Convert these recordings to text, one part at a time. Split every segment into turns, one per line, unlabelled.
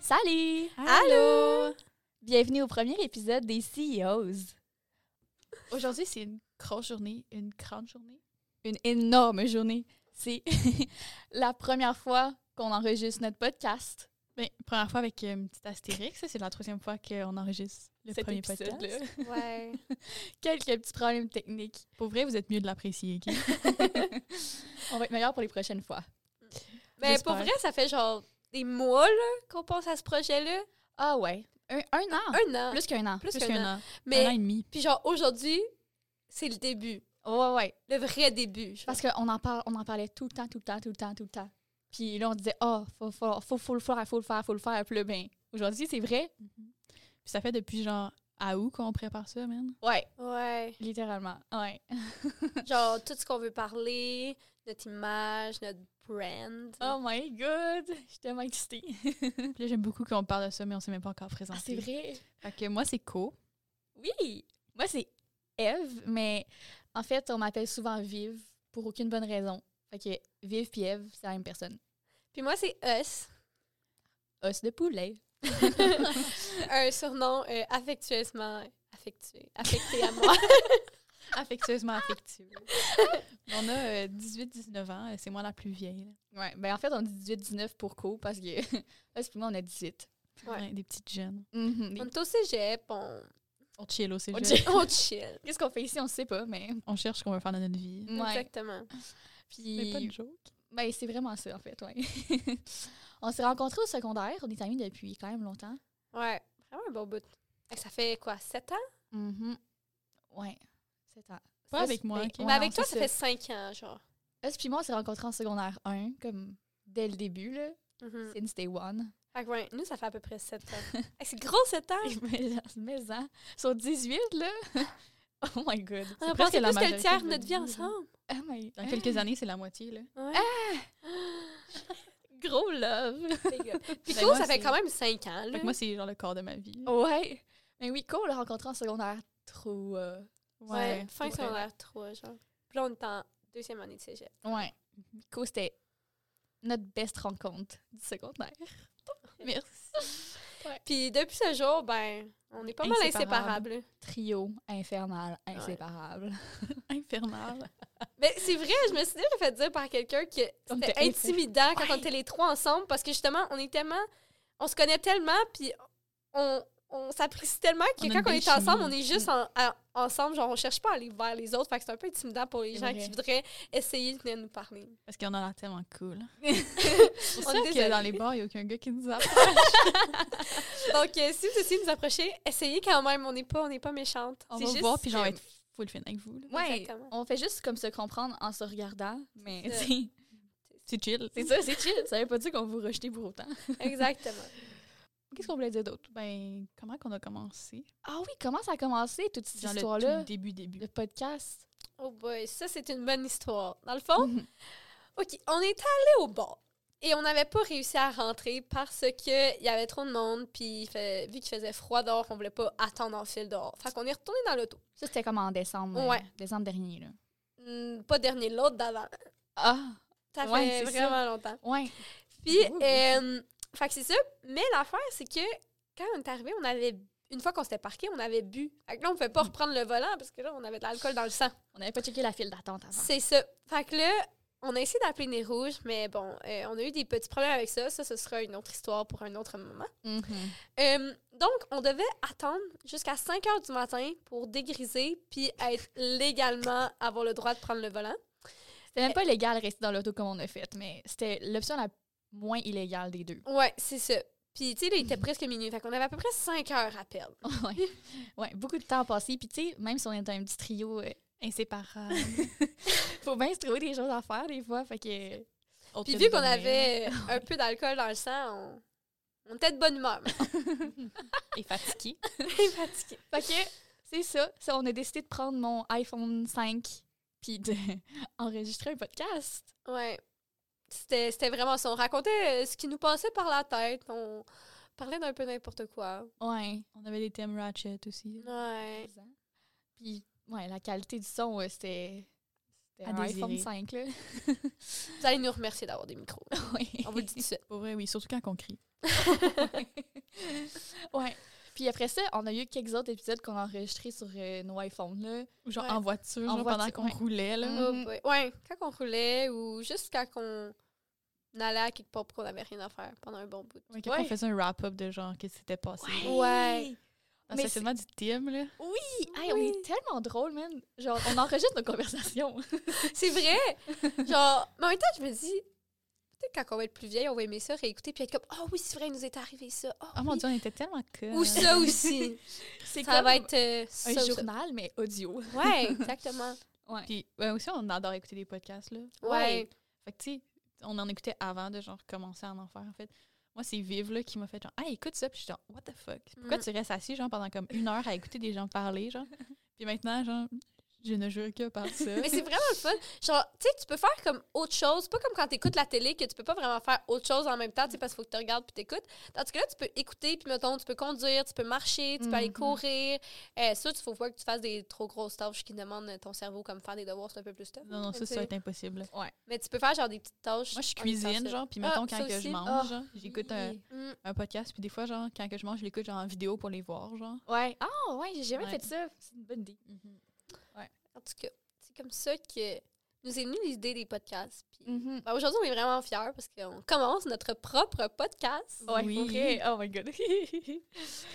Salut!
Allô!
Bienvenue au premier épisode des E CEOs.
Aujourd'hui, c'est une grosse journée, une grande journée.
Une énorme journée. C'est la première fois qu'on enregistre notre podcast.
Ben, première fois avec euh, une petite astérix, ça, c'est la troisième fois qu'on enregistre le
Cet
premier
épisode-là.
podcast.
Ouais.
Quelques petits problèmes techniques.
Pour vrai, vous êtes mieux de l'apprécier. ok?
On va être meilleur pour les prochaines fois.
Mais
J'espère.
pour vrai, ça fait genre des mois là, qu'on pense à ce projet-là.
Ah ouais. Un, un an.
Un an.
Plus qu'un an.
Plus
Plus
qu'un
qu'un an. Un an
Mais
et demi.
puis genre aujourd'hui, c'est le début.
Ouais, ouais.
Le vrai début. genre.
Parce qu'on en, parle, on en parlait tout le temps, tout le temps, tout le temps, tout le temps. Puis là, on disait, oh, faut, faut, faut, faut le faire, faut le faire, faut le faire. Puis là, ben, aujourd'hui, c'est vrai.
Puis ça fait depuis genre à août qu'on prépare ça, man.
Ouais.
Ouais.
Littéralement. Ouais.
genre tout ce qu'on veut parler, notre image, notre brand.
Oh my God! Je suis tellement excitée.
Puis là, j'aime beaucoup qu'on parle de ça, mais on s'est même pas encore présenté.
vrai?
Fait que moi, c'est Co.
Oui! Moi, c'est Eve, mais en fait, on m'appelle souvent Vive pour aucune bonne raison. Fait que Vive puis Eve, c'est la même personne.
Puis moi, c'est Us,
Os de poulet.
un surnom euh, affectueusement affectué, affecté à moi.
Affectueusement affectueux. on a euh, 18-19 ans. euh, C'est moi la plus vieille. là.
Ouais, ben en fait, on dit 18-19 pour co parce que Os puis moi, on a 18.
Ouais.
Ouais, des petites jeunes.
Mhm.
on est au cégep, on,
On chill au cégep.
On chill.
On,
on chill.
Qu'est-ce qu'on fait ici? On sait pas, mais.
cherche ce qu'on veut faire de notre vie.
Ouais.
Exactement.
Mais pas de
Puis.
joke.
Ben, c'est vraiment ça, en fait, ouais. on s'est rencontrés au secondaire. On est amis depuis quand même longtemps.
Ouais. Vraiment un bon bout. Fait que Ça fait quoi, sept ans?
Mhm. Ouais. C'est ça.
Pas
Ça,
avec moi,
ben, mais-
ok.
ouais,
Mais avec
non,
toi, ça
c'est
fait cinq ans, genre.
Us puis moi, on s'est rencontrés en secondaire 1, comme dès le début, là.
Mhm.
Since day one.
Fait que ouais, nous, ça fait à peu près 7 ans. Hey, c'est gros 7 ans!
mais, mais, hein, sur 18, là. oh my god.
On
C'est
a
presque
passé
la
plus que le
majorité
tiers
de
de notre vie ensemble.
Oh my
Dans quelques années, c'est la moitié, là.
Ouais.
Ah!
Gros love.
Les gars. Puis
Ben,
cool,
moi,
ça fait
c'est-
quand même 5 ans.
Fait
Là.
que moi, c'est genre le corps de ma vie.
ouais. Mais oui, Cole, on l'a rencontré en secondaire trop. euh,
ouais, fin
pour vrai.
secondaire 3, genre. Puis là, on est en deuxième année de cégep.
Ouais. Cole, c'était notre best rencontre du secondaire.
Merci.
Puis depuis ce jour, ben, on est pas mal
Inséparables.
inséparables.
Trio infernal, inséparable.
Infernal.
Mais c'est vrai, je me suis déjà fait dire par quelqu'un que
On
c'était
était insé-
intimidant quand on
Ouais.
était les trois ensemble parce que justement, on est tellement. On se connaît tellement, puis on, on s'apprécie tellement que
On a
quand
une
on
belle
est ensemble,
chimie.
on est juste en- en- ensemble. Genre, on cherche pas à aller vers les autres. Fait que c'est un peu intimidant pour les
C'est
gens
vrai.
qui voudraient essayer de venir nous parler.
Parce qu'on a l'air tellement cool. C'est pour
On est
ça
désolé.
que dans les bars, il n'y a aucun gars qui nous apprend.
Donc, euh, si vous essayez de nous approcher, essayez quand même. On n'est pas, on n'est pas méchante.
On
C'est
va
juste
voir, puis genre,
que-
être full fin avec vous. là.
Ouais,
Exactement.
on fait juste comme se comprendre en se regardant, mais
C'est ça.
c'est-
C'est chill.
c'est ça, c'est chill. Ça veut pas dire qu'on vous rejetez pour autant.
Exactement.
Qu'est-ce qu'on voulait dire d'autre?
Ben, comment qu'on a commencé?
Ah oui, comment ça a commencé, toute cette
Genre le
histoire-là?
tout début, début.
Le podcast.
Oh boy, ça, c'est une bonne histoire. Dans le fond, OK, on est allé au bar. Et on n'avait pas réussi à rentrer parce que il y avait trop de monde, puis il fait- vu qu'il faisait froid dehors, on voulait pas attendre en file dehors. Fait qu'on est retourné dans l'auto.
Ça, c'était comme en décembre. euh,
Ouais.
décembre dernier, là.
Hmm, pas dernier, l'autre d'avant.
Ah,
Ça
Ouais,
fait
c'est ça.
vraiment longtemps.
ouais.
Puis,
Ouh.
euh, fait que c'est ça. Mais l'affaire, c'est que quand on est arrivé, on avait. Une fois qu'on s'était parqué, on avait bu. Fait que là, on ne pouvait pas reprendre le volant parce que là, on avait de l'alcool dans le sang.
On n'avait pas checké la file d'attente avant.
C'est ça. Fait que là, on a essayé d'appeler Nez Rouge, mais bon, euh, on a eu des petits problèmes avec ça. Ça, ce sera une autre histoire pour un autre moment.
Mhm.
Euh, donc, on devait attendre jusqu'à 5 heures du matin pour dégriser puis être légalement avoir le droit de prendre le volant.
C'était même pas légal de rester dans l'auto comme on a fait, mais c'était l'option la moins illégale des deux.
Ouais, c'est ça. Puis, tu sais, là, il était presque minuit. Fait qu'on avait à peu près 5 heures à perdre.
ouais. ouais, beaucoup de temps passé. Puis, tu sais, même si on est un petit trio, euh,
Inséparable.
faut bien se trouver des choses à faire des fois. Fait que.
Autre
Puis,
que
vu
de
qu'on
dormir.
avait un peu d'alcool dans le sang, on, on était de bonne humeur.
Et fatigué.
mais fatigué.
Fait que c'est ça. Ça, on a décidé de prendre mon iPhone 5 puis d'enregistrer un podcast.
Ouais. C'était c'était vraiment ça. On racontait euh, ce qui nous passait par la tête. On parlait d'un peu n'importe quoi.
Ouais.
On avait des thèmes ratchet aussi.
Ouais.
Puis ouais, la qualité du son, euh, c'était C'était
À
un iPhone
désirer.
5, là.
Vous allez nous remercier d'avoir des micros.
oui.
On vous le dit tout de suite.
Pour vrai, oui, surtout quand on crie.
ouais. Puis après ça, on a eu quelques autres épisodes qu'on a enregistrés sur euh, nos iPhones, là.
Ou genre
Ouais.
en voiture,
En
genre, pendant
voiture,
qu'on
ouais.
roulait, là.
Mm.
Oh boy. ouais, quand on roulait ou juste quand on allait à quelque part pour qu'on n'avait rien à faire pendant un bon bout.
Ouais, quand
Ouais.
on faisait un wrap-up de genre, qu'est-ce qui s'était passé.
Ouais.
Dans
Mais
le stationnement du team, là. Oh
Oui! Hey, on est tellement drôle, man. Genre, on enregistre nos conversations.
C'est vrai! Genre, mais en même temps, je me dis, peut-être quand on va être plus vieille, on va aimer ça, réécouter, puis être comme, oh oui, c'est vrai, il nous est arrivé ça. Oh,
Oh mon
oui.
dieu, on était tellement cool.
Ou ça aussi.
C'est
ça
comme
va être euh, ça
un
ou ça.
journal, mais audio.
Ouais, exactement.
Puis ouais, aussi, on adore écouter des podcasts, là.
Ouais.
Fait que, tu sais, on en écoutait avant de genre commencer à en faire, en fait. Moi, c'est Vive, là, qui m'a fait genre, ah, écoute ça. Puis je suis genre, what the fuck? Pourquoi
Mm.
tu restes assis, genre, pendant comme une heure à écouter des gens parler, genre? Puis maintenant, genre, je ne jure que par ça.
Mais c'est vraiment le fun. Genre, tu sais, tu peux faire comme autre chose. Pas comme quand t'écoutes la télé, que tu peux pas vraiment faire autre chose en même temps, tu sais, parce qu'il faut que tu regardes puis t'écoutes. Tandis que là, tu peux écouter, puis mettons, tu peux conduire, tu peux marcher, tu peux aller
Mhm.
courir. Euh, ça, tu faut pas que tu fasses des trop grosses tâches qui demandent euh, ton cerveau, comme faire des devoirs, c'est un peu plus tough.
Non, non, ça, ça
Mais tu
va
sais,
être impossible. là.
Mais tu peux faire genre des petites tâches.
Moi, je
en étant
cuisine,
seule.
genre, puis
Ah,
mettons,
ça
quand que je
aussi.
mange,
Oh.
genre, j'écoute un,
Mm.
un podcast, puis des fois, genre, quand que je mange, je l'écoute, genre, en vidéo pour les voir, genre.
Ouais. Ah, ouais, j'ai jamais
Ouais.
fait ça. C'est une bonne idée.
Mm-hmm. En tout cas, c'est comme ça que nous est venue l'idée des podcasts. Puis,
Mmh.
Mm-hmm.
ben, Aujourd'hui, on est vraiment fiers parce qu'on commence notre propre podcast.
Ouais,
Oui.
pour vrai. Oh my god.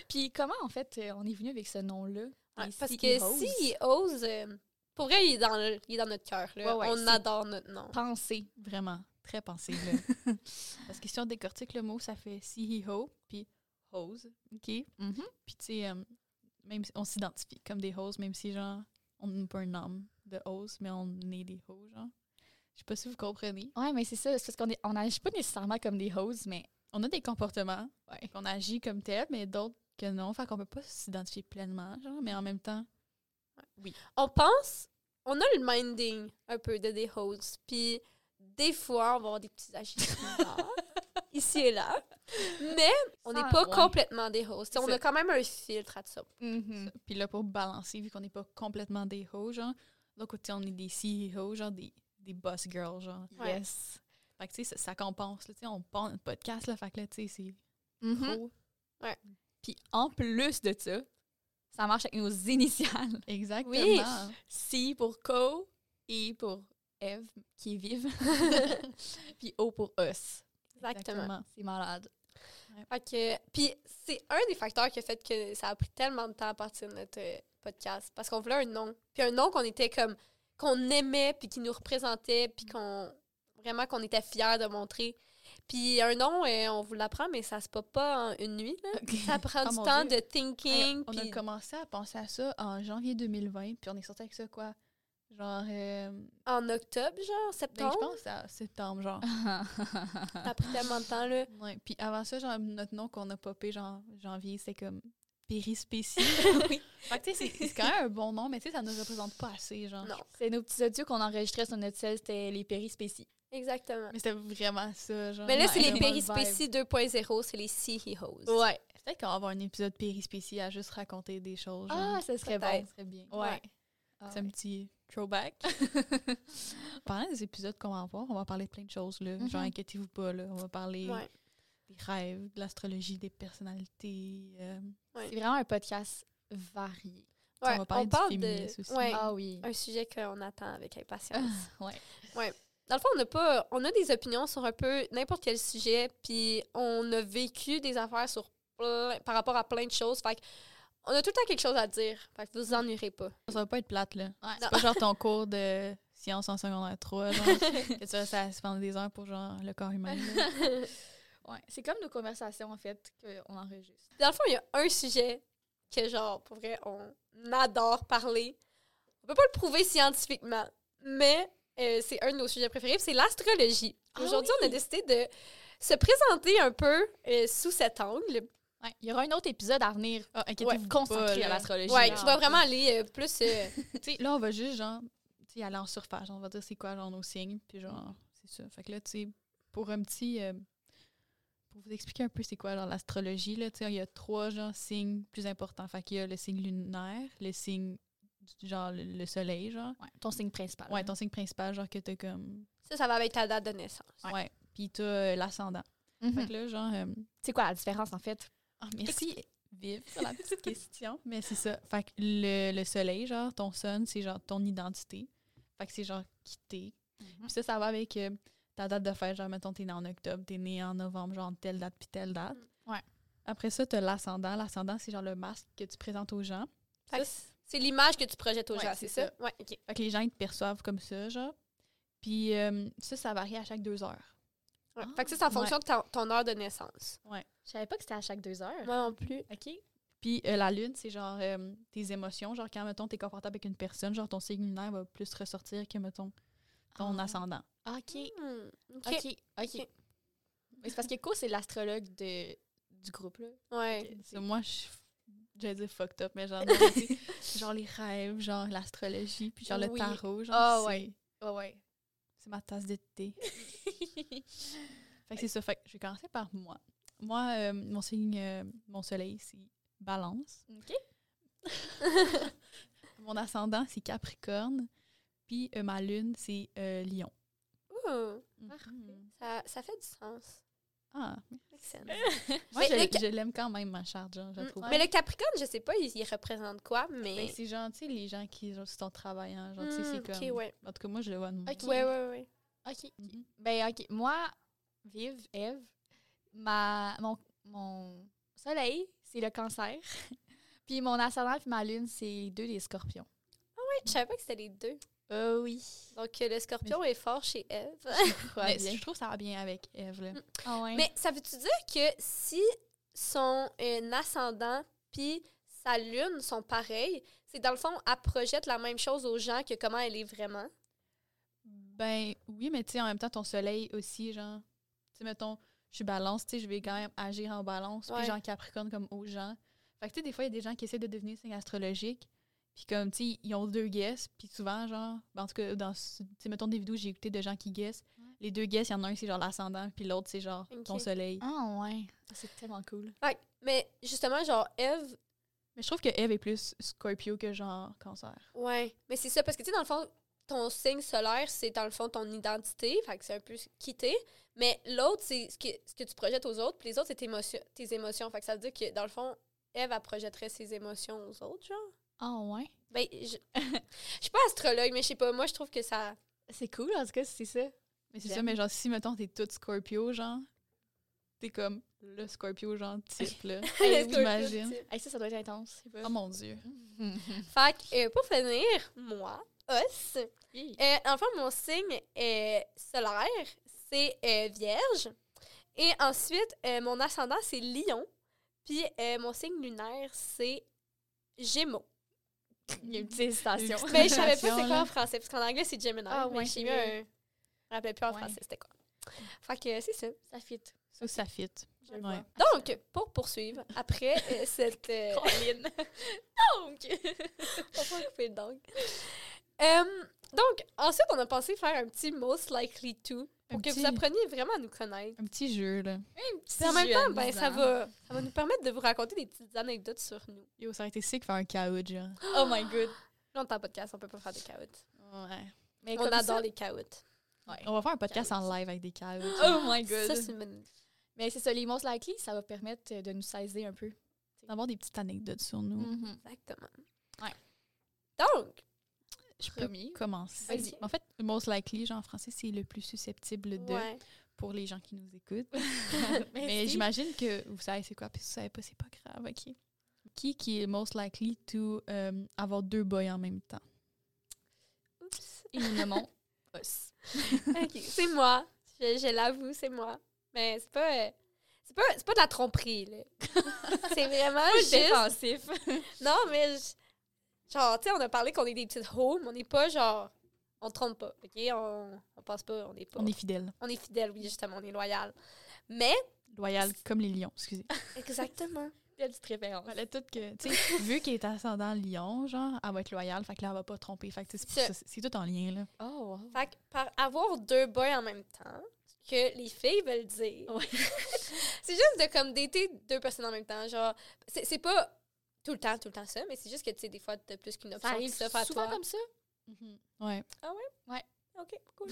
Puis comment, en fait, euh, on est venu avec ce nom-là?
Ouais,
Les
parce que
CEOs?
si ose, euh, pour vrai, il est dans, le- il est dans notre cœur. là.
Ouais, ouais,
on
c'est-
adore notre nom.
Penser.
Vraiment, très pensé, là. Parce que si on décortique le mot, ça fait CEO, puis hose, OK? Puis, tu sais, euh, même si- on s'identifie comme des hoses, même si, genre, on n'est pas un homme de hose, mais on est des hoses, genre. Je sais pas si vous comprenez.
Ouais, mais c'est ça. C'est parce qu'on est, on n'agit pas nécessairement comme des hoes, mais
On a des comportements
Ouais.
qu'on agit comme tels, mais d'autres que non. Fait qu'on peut pas s'identifier pleinement, genre, mais en même temps,
On pense, on a le minding un peu de des hosts. Puis des fois, on va avoir des petits agissements bizarres, ici et là. Mais on n'est
Ça,
pas
ouais.
complètement des hosts. On
C'est-
a quand même un filtre à ça.
Mhm.
Puis là, pour balancer, vu qu'on n'est pas complètement des hoes, genre, donc, tu sais, on est des CEO, genre, des, des boss girls, genre.
Ouais.
Yes.
Fait que, tu sais, ça, ça compense, là, tu sais, on part notre podcast, là, fait que là, tu sais, c'est
Mhm.
pro.
Puis en plus de ça, ça marche avec nos initiales.
Exactement.
C pour co, E pour Eve, qui est vive. Puis O pour us.
Exactement.
C'est malade.
Fait que- puis c'est un des facteurs qui a fait que ça a pris tellement de temps à partir de notre euh, podcast parce qu'on voulait un nom. Puis un nom qu'on était comme qu'on aimait puis qui nous représentait puis
Mm.
qu'on vraiment qu'on était fiers de montrer. Puis un nom euh, on vous l'apprend mais ça se peut pas en une nuit. là. Ça prend
Ah,
du
mon
temps
Dieu.
de thinking
Hey, on
puis
a commencé à penser à ça en janvier 2020, puis on est sorti avec ça, quoi, genre, euh, ben,
en octobre genre
je
septembre.
pense à septembre, genre.
ça a pris tellement de temps là.
Ouais, puis avant ça, genre, notre nom qu'on a popé, genre, janvier, c'est comme Périspécie.
Oui.
fait que, tu sais, c'est- c'est quand même un bon nom, mais, tu sais, ça ne représente pas assez, genre.
Non,
C'est nos petits audios qu'on enregistrait sur notre cell, c'était les périspécies.
exactement.
Mais c'était vraiment ça, genre.
Mais là
Ouais,
c'est les
vraiment le
périspécies 2.0, c'est les sea heroes.
Ouais.
Peut-être qu'on va avoir un épisode périspécie à juste raconter des choses. Genre.
Ah, ça serait bon.
Peut-être.
ça serait bien.
Ouais.
Ouais.
Ah,
C'est un petit throwback. Pendant des épisodes qu'on va avoir, on va parler de plein de choses, là. Genre,
Mhm.
inquiétez-vous pas, là. On va parler
Ouais.
des rêves, de l'astrologie, des personnalités. euh,
C'est vraiment un podcast varié.
on
Ouais,
va parler du
parle
féminisme aussi.
ouais.
Ah oui.
un sujet qu'on attend avec impatience.
Ah, ouais.
Dans le fond, on a pas, on a des opinions sur un peu n'importe quel sujet, puis on a vécu des affaires sur plein- par rapport à plein de choses. Fait que on a tout le temps quelque chose à dire. Fait que vous vous ennuierez pas.
Ça va pas être plate, là.
Ouais.
C'est pas genre ton cours de sciences en secondaire 3, genre, que tu restes à se prendre des heures pour, genre, le corps humain. là.
Ouais. C'est comme nos conversations, en fait, qu'on enregistre.
Dans le fond, il y a un sujet que, genre, pour vrai, on adore parler. On peut pas le prouver scientifiquement, mais euh, c'est un de nos sujets préférés, puis c'est l'astrologie.
Ah
Aujourd'hui, on a
oui!
décidé de se présenter un peu euh, sous cet angle.
Ouais. Il y aura un autre épisode à venir
Ah, inquiétez-vous
ouais,
pas,
concentré
là.
à l'astrologie.
Ouais,
là,
qui
en
va
fait.
vraiment aller euh, plus. euh,
Tu sais, là, on va juste, genre, tu sais, aller en surface. On va dire c'est quoi, genre, nos signes, puis genre, c'est ça. Fait que là, tu sais, pour un petit... euh, pour vous expliquer un peu c'est quoi, genre, l'astrologie, là, tu sais, il y a trois, genre, signes plus importants. Fait qu'il y a le signe lunaire, le signe du- genre le, le soleil, genre.
Ouais, ton signe principal.
Ouais, ton signe principal, genre que t'as comme.
Ça, ça va avec ta date de naissance.
Ouais. Puis t'as euh, l'ascendant.
Mhm.
Fait que là, genre. euh,
C'est quoi la différence, en fait?
ah, merci, Viv, sur la petite question. Mais c'est ça. Fait que le, le soleil, genre, ton sun, c'est genre ton identité. Fait que c'est genre quitter. Puis ça, ça va avec euh, ta date de fête. Genre, mettons, t'es né en octobre, t'es né en novembre, genre telle date puis telle date.
Ouais.
Après ça, t'as l'ascendant. L'ascendant, c'est genre le masque que tu présentes aux gens.
Fait que c'est l'image que tu projettes aux
Ouais,
gens,
c'est
c'est ça? Ouais, OK.
Fait que les gens, ils te perçoivent comme ça, genre. Puis euh, ça, ça varie à chaque deux heures.
Ouais.
Ah,
fait que ça, c'est en
ouais.
fonction de ton, ton heure de naissance.
Je savais pas que c'était à chaque deux heures.
Moi non plus.
OK.
Puis euh, la lune, c'est genre euh, tes émotions. Genre, quand, mettons, t'es confortable avec une personne, genre, ton signe lunaire va plus ressortir que, mettons, ton
Ah.
ascendant.
OK.
Hmm, OK.
OK. OK. Mais C'est parce qu'Echo, c'est l'astrologue de, du groupe, là.
Ouais.
Ça, Moi, je suis- j'allais dire fucked up, mais genre, non, mais tu sais, genre les rêves, genre l'astrologie, puis genre le
Oui.
tarot, genre,
Ah,
c'est-
ouais. Ouais, ouais.
c'est ma tasse de thé. Fait que c'est ça. Fait que je vais commencer par moi. Moi, euh, mon signe, euh, mon soleil, c'est balance.
OK.
Mon ascendant, c'est capricorne. Puis euh, ma lune, c'est euh, lion.
Ouh,
Mhm.
ça, ça fait du sens.
Ah,
Excellent.
moi,
Mais
je,
le ca-
je l'aime quand même, ma charte, genre, je la
Mm,
trouve.
ouais.
Mais le Capricorne, je sais pas, il, il représente quoi,
Ben,
mais.
c'est gentil, les gens qui genre, sont travaillants. hein, Genre, tu
Mm,
sais,
Hmm,
c'est
ok,
comme-
ouais.
En tout cas, moi, je le vois de moi.
OK.
Ouais, ouais, ouais.
OK. Ben, OK. Moi, Vive, Eve, ma, mon, mon soleil, c'est le cancer. puis mon ascendant puis ma lune, c'est deux des scorpions.
Ouais, Je savais pas que c'était les deux.
Euh, oui.
Donc, euh, le scorpion est fort chez Eve.
Mais
bien.
je trouve que ça va bien avec Eve. là.
Ah ouais.
mais ça veut-tu dire que si son euh, ascendant puis sa lune sont pareils, c'est dans le fond, elle projette la même chose aux gens que comment elle est vraiment?
Ben oui, mais tu sais, en même temps, ton soleil aussi, genre, tu sais, mettons, je suis balance, tu sais, je vais quand même agir en balance,
Ouais.
puis genre capricorne comme aux gens. Fait que tu sais, des fois, il y a des gens qui essaient de devenir signe astrologique, puis comme, tu sais, ils ont deux guesses, puis souvent, genre, ben, en tout cas, dans, ce- tu sais, mettons des vidéos, que j'ai écouté de gens qui guessent. Les deux guesses, il y en a un, c'est genre l'ascendant, puis l'autre, c'est genre ton
Ok.
soleil.
Ah ouais. C'est tellement cool.
Fait que- mais justement, genre, Eve,
Mais je trouve que Eve est plus Scorpio que genre cancer.
ouais. Mais c'est ça, parce que tu sais, dans le fond, ton signe solaire, c'est dans le fond ton identité, fait que c'est un peu quitté. Mais l'autre, c'est ce que, ce que tu projettes aux autres, puis les autres, c'est tes, émotions- tes émotions. Fait que ça veut dire que dans le fond, Eve, elle projetterait ses émotions aux autres, genre.
Ah ouais.
Ben, je je suis pas astrologue, mais je sais pas, moi, je trouve que ça.
C'est cool, en tout cas, c'est ça.
Mais c'est
J'aime.
ça, mais genre, si, mettons, t'es toute Scorpio, genre, t'es comme le Scorpio, genre, type, là.
Hey,
Scorpio,
j'imagine.
tu sais.
Hey, ça, ça doit être intense. je sais pas.
Oh mon Dieu.
Fait que, euh, pour finir, moi, os,
Hi.
Euh, en fait, mon signe euh, solaire, c'est euh, Vierge. Et ensuite, euh, mon ascendant, c'est Lion. Puis euh, mon signe lunaire, c'est Gémeaux.
Il y a une petite hésitation.
Une
Mais je savais pas c'est
Attention,
quoi
là.
en français, parce qu'en anglais, c'est Gemini.
Ah
mais
ouais,
j'ai
c'est
mis
vrai.
un... Je me rappelais plus en
Ouais.
français, c'était quoi. Fait que euh, c'est ça.
Ça fit.
Ça, ça fit.
Je le
Ouais.
vois.
Donc, pour poursuivre, après euh, cette... euh,
Colin.
donc, on va couper le donc. Euh, donc, ensuite, on a pensé faire un petit « most likely to » pour
Un
que
petit-
vous appreniez vraiment à nous connaître.
Un petit jeu, là.
Puis en même temps, ben, ça, va, ça va nous permettre de vous raconter des petites anecdotes sur nous.
Yo, ça aurait été sick faire un caout, genre.
Oh my god.
Là, on est en podcast, on peut pas faire des caoutes.
Ouais.
Mais
On
comme
adore
ça-
les caoutes.
Ouais.
On va faire un podcast en live avec des caouts.
Oh my
Ça,
god.
c'est une bonne-
Mais c'est ça, les most likely, ça va permettre euh, de nous saisir un peu.
D'avoir des petites anecdotes sur nous.
Mm. Mm-hmm.
Exactement.
Ouais.
Donc,
Je peux
Premier.
commencer.
Vas-y.
En fait, most likely, genre, en français, c'est le plus susceptible de
ouais.
pour les gens qui nous écoutent. Mais
Merci.
j'imagine que vous savez c'est quoi, puis si vous savez pas, c'est pas grave, OK? Qui qui est most likely to euh, avoir deux boys en même temps?
Oups.
Et nous nommons Os.
Ok, c'est moi. Je, je l'avoue, c'est moi. Mais c'est pas... euh, C'est pas, c'est pas de la tromperie, là. c'est vraiment juste...
Défensif.
Non, mais je- genre, tu sais, on a parlé qu'on est des petites homes. On n'est pas genre... On trompe pas, OK? On, on pense pas, on n'est pas...
On est fidèles.
on est fidèle, oui, justement, on est loyal. Mais...
Loyales comme les lions, excusez.
Exactement.
Belle petite référence.
Fallait tout que, tu sais, vu qu'elle est ascendant lion, genre, elle va être loyale, fait que là, elle va pas tromper. Fait que, tu sais, c'est pour ça- c'est tout en lien, là.
Oh, wow.
Fait que par avoir deux boys en même temps, ce que les filles veulent dire,
Ouais.
c'est juste de comme dater deux personnes en même temps. Genre, c'est c'est pas tout le temps, tout le temps ça, mais c'est juste que, tu sais, des fois, t'as plus
Ça Mm-hmm.
qu'une option qui
arrive
s'offre à
souvent
toi.
comme ça.
Ouais.
OK, cool.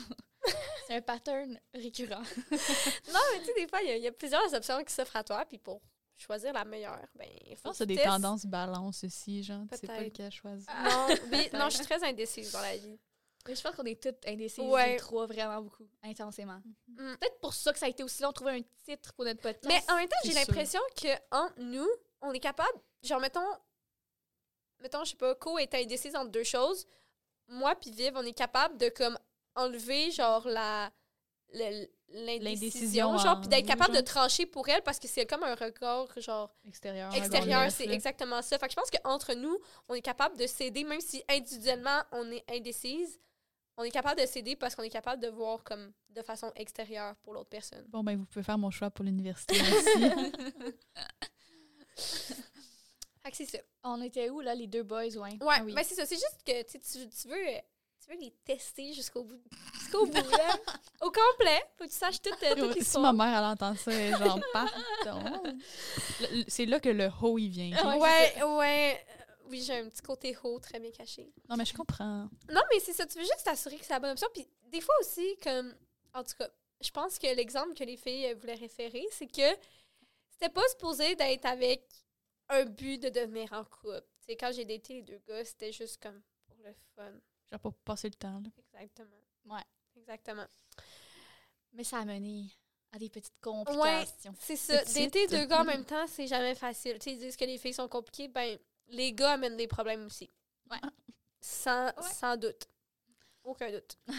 C'est un pattern récurrent.
non, mais tu sais, des fois, il y a- il y, a plusieurs options qui s'offrent à toi, puis pour choisir la meilleure, ben, il
Je
faut
pense que
que
c'est
tu
des
testes.
tendances balance aussi, genre. Tu sais pas
Peut-être.
lequel choisir.
Non, oui, non, je suis très indécise dans la vie.
Mais je pense qu'on est toutes indécises,
Ouais.
les trois, vraiment beaucoup, intensément.
Mm.
Peut-être pour ça que ça a été aussi long de trouver un titre pour notre podcast.
Mais en même temps,
c'est
j'ai
sûr.
l'impression que entre nous, on est capable, genre mettons mettons je sais pas, Co est indécise entre deux choses. Moi puis Viv, on est capable de comme enlever genre la le- l'indécision
L'indécision
genre
en
puis d'être
nous,
capable de
genre.
trancher pour elle parce que c'est comme un regard genre
Extérieur.
extérieur, c'est exactement ça. Fait que je pense qu'entre nous, on est capable de s'aider même si individuellement on est indécise. On est capable de s'aider parce qu'on est capable de voir comme de façon extérieure pour l'autre personne.
Bon, ben, vous pouvez faire mon choix pour l'université aussi.
Fait que c'est ça.
On était où, là, les deux boys, ouais?
Ouais,
Ah oui.
ben c'est ça. C'est juste que tu, sais, tu, tu veux, euh, tu veux les tester jusqu'au bout. Jusqu'au bout, là. Au complet. Faut que tu saches toute, euh, toute
si ma
l'histoire.
mère, elle entend ça, elle est genre, pardon. Le- le- C'est là que le ho, il vient.
Ah
Ouais,
ouais,
ouais. euh, Oui, j'ai un petit côté haut très bien caché.
Non, mais je comprends.
Non, mais c'est ça. Tu veux juste t'assurer que c'est la bonne option. Puis des fois aussi, comme. En tout cas, je pense que l'exemple que les filles euh, voulaient référer, c'est que c'était pas supposé d'être avec un but de devenir en couple. Tu sais, quand j'ai daté les deux gars, c'était juste comme pour le fun.
Genre pour passer le temps. Là.
Exactement.
Ouais.
Exactement.
Mais ça a mené à des petites complications.
C'est ça.
Petite.
Dater deux
mm.
gars en même temps, c'est jamais facile. Tu sais, ils disent que les filles sont compliquées. Ben, les gars amènent des problèmes aussi.
Ouais.
Sans,
Ouais.
sans doute. Aucun doute.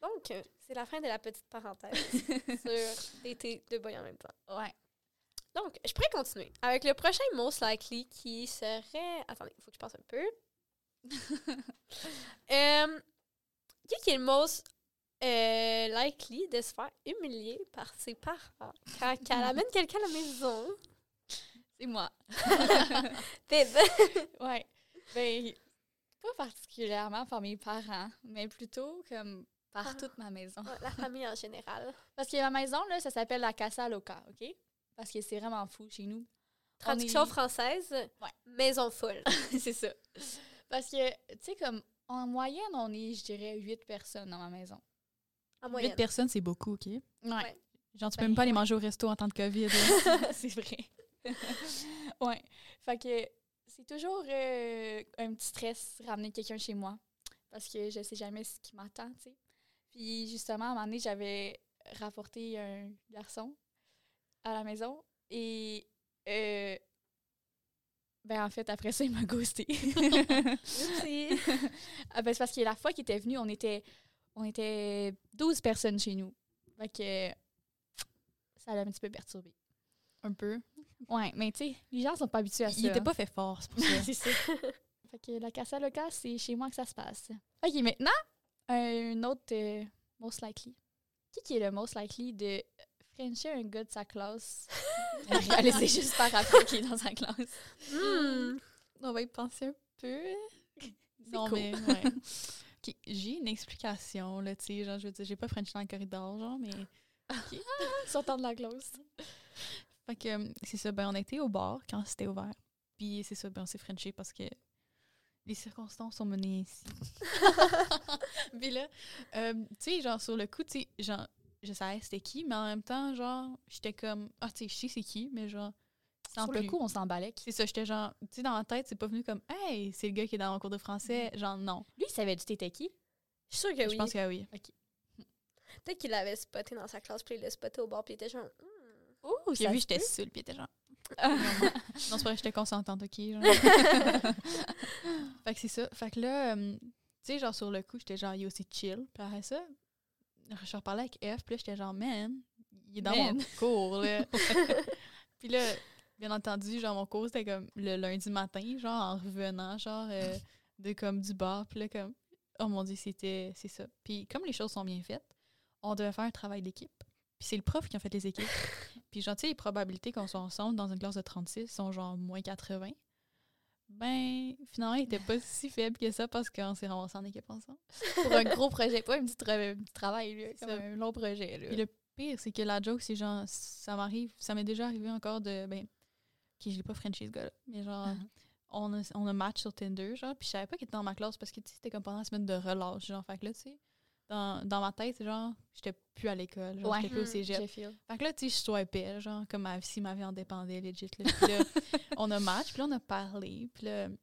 Donc, euh, c'est la fin de la petite parenthèse sur dater deux boys en même temps.
Ouais.
Donc, je pourrais continuer avec le prochain most likely qui serait. Attendez, il faut que je pense un peu. Euh, qui est qui est le most euh, likely de se faire humilier par ses parents quand quand elle amène quelqu'un à la maison?
C'est moi.
Bébé.
Ouais. Ben, pas particulièrement par mes parents, mais plutôt comme par
Ah.
toute ma maison.
Ouais, La famille en général.
Parce que ma maison, là, ça s'appelle la Casa Loca, OK? Parce que c'est vraiment fou chez nous. On
Traduction
est-
française, maison folle.
c'est ça. Parce que, tu sais, comme en moyenne, on est, je dirais, huit personnes dans ma maison.
En
Huit
moyenne.
personnes, c'est beaucoup, OK?
Ouais.
Genre, tu peux
Ben,
même pas aller
ouais.
manger au resto en temps de COVID. là.
c'est vrai. ouais. Fait que c'est toujours euh, un petit stress ramener quelqu'un chez moi parce que je sais jamais ce qui m'attend, tu sais. Puis justement, à un moment donné, j'avais rapporté un garçon à la maison et euh, ben en fait après ça il m'a ghosté.
Oupsie.
Ah ben, c'est parce que la fois qu'il était venu, on était, on était 12 personnes chez nous. Fait que ça l'a un petit peu perturbé.
Un peu.
Ouais, mais tu sais, les gens sont pas habitués à ça.
Il était
hein.
pas fait fort, c'est pour ça.
c'est ça. fait que la Casa Loca, c'est chez moi que ça se passe. OK, maintenant, un autre euh, most likely. Qui qui est le most likely de frencher un gars de sa classe? Elle réalisait juste par après qu'il est dans sa classe.
Hmm.
On va y penser un peu. Non,
cool.
mais ouais. OK, j'ai une explication, là, tu sais, genre, je veux dire, j'ai pas French dans le corridor, genre, mais...
Sortant de la classe.
Fait que, euh, c'est ça, ben, on a été au bar quand c'était ouvert. Puis c'est ça, ben, on s'est Frenché parce que les circonstances ont mené ici. Puis là, euh, tu sais, genre, sur le coup, tu sais, genre, je savais c'était qui, mais en même temps, genre, j'étais comme, ah, tu sais, je sais c'est qui, mais genre, sans
Sur le
plus.
coup, on s'en balèque.
C'est ça, j'étais genre, tu sais, dans ma tête, c'est pas venu comme, hey, c'est le gars qui est dans mon cours de français. Genre, non.
Lui, il savait du t'étais qui?
Je suis sûre que
Je
Ben oui.
pense que oui.
Peut-être qu'il l'avait spoté dans sa classe, puis il l'a spoté au bord, puis il était genre. hmm.
Oh,
J'ai vu, j'étais seule, puis il était genre. Non, c'est pas vrai, j'étais consentante, ok? Genre. fait que c'est ça. Fait que là, euh, tu sais, genre sur le coup, j'étais genre, yo, c'est chill. Puis après ça, je reparlais avec F, puis là, j'étais genre, man, il est dans
Man.
mon cours, là. puis là, bien entendu, genre, mon cours, c'était comme le lundi matin, genre, en revenant, genre, euh, de comme du bar, puis là, comme, oh mon dieu, c'était, c'est ça. Puis comme les choses sont bien faites, on devait faire un travail d'équipe. Puis c'est le prof qui a fait les équipes. Puis genre, tu sais, les probabilités qu'on soit ensemble dans une classe de 36 sont genre moins 80. Ben, finalement, il était pas si faible que ça parce qu'on s'est ramassés en équipe ensemble.
pour un gros projet, pas un petit, tra- un petit travail, là,
C'est
comme
ça.
un long projet. Là.
Puis le pire, c'est que la joke, c'est genre, ça m'arrive, ça m'est déjà arrivé encore de, ben, qui je l'ai pas Frenché ce gars-là, mais genre, on, a, on a match sur Tinder, genre, puis je savais pas qu'il était dans ma classe parce que, tu sais, c'était comme pendant la semaine de relâche, genre, fait que là, tu sais, dans, dans ma tête, c'est genre, j'étais plus à l'école, genre,
Ouais. Hmm,
j'étais plus au
Mm,
cégep.
J'ai feel.
Fait que là, tu sais, je swipais, genre, comme ma, si ma vie en dépendait, legit. Là. Puis là, on a match, puis là, on a parlé, puis là, tu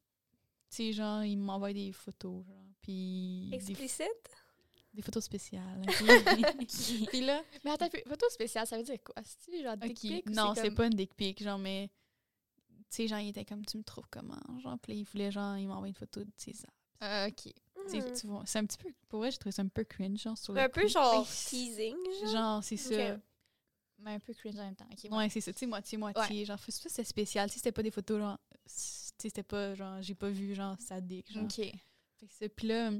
sais, genre, il m'envoie des photos, genre, puis des,
Explicite?
des photos spéciales. ok? puis là,
Mais attends, un peu, photo spéciale, ça veut dire quoi? C'est-tu genre dick
ok,
pic ou
non, c'est
comme-
pas une dick pic, genre, mais, tu sais, genre, il était comme, tu me trouves comment, genre, puis là, il voulait, genre, il m'envoie une photo de ses armes.
Ah, OK.
Tu sais,
Hmm.
tu vois, c'est un petit peu, pour vrai, j'ai trouvé ça un peu cringe, genre, sur le
Un peu
coup.
genre
Oui.
teasing, genre.
Genre, c'est ça.
Ok.
Mais un peu cringe en même temps. OK, ouais.
Ouais, c'est ça, tu sais, moitié-moitié. Genre, c'est pas c'était spécial. Si c'était pas des photos, genre, s- tu sais, c'était pas, genre, j'ai pas vu, genre, ça dick, genre.
OK.
Fait que c'est- puis là,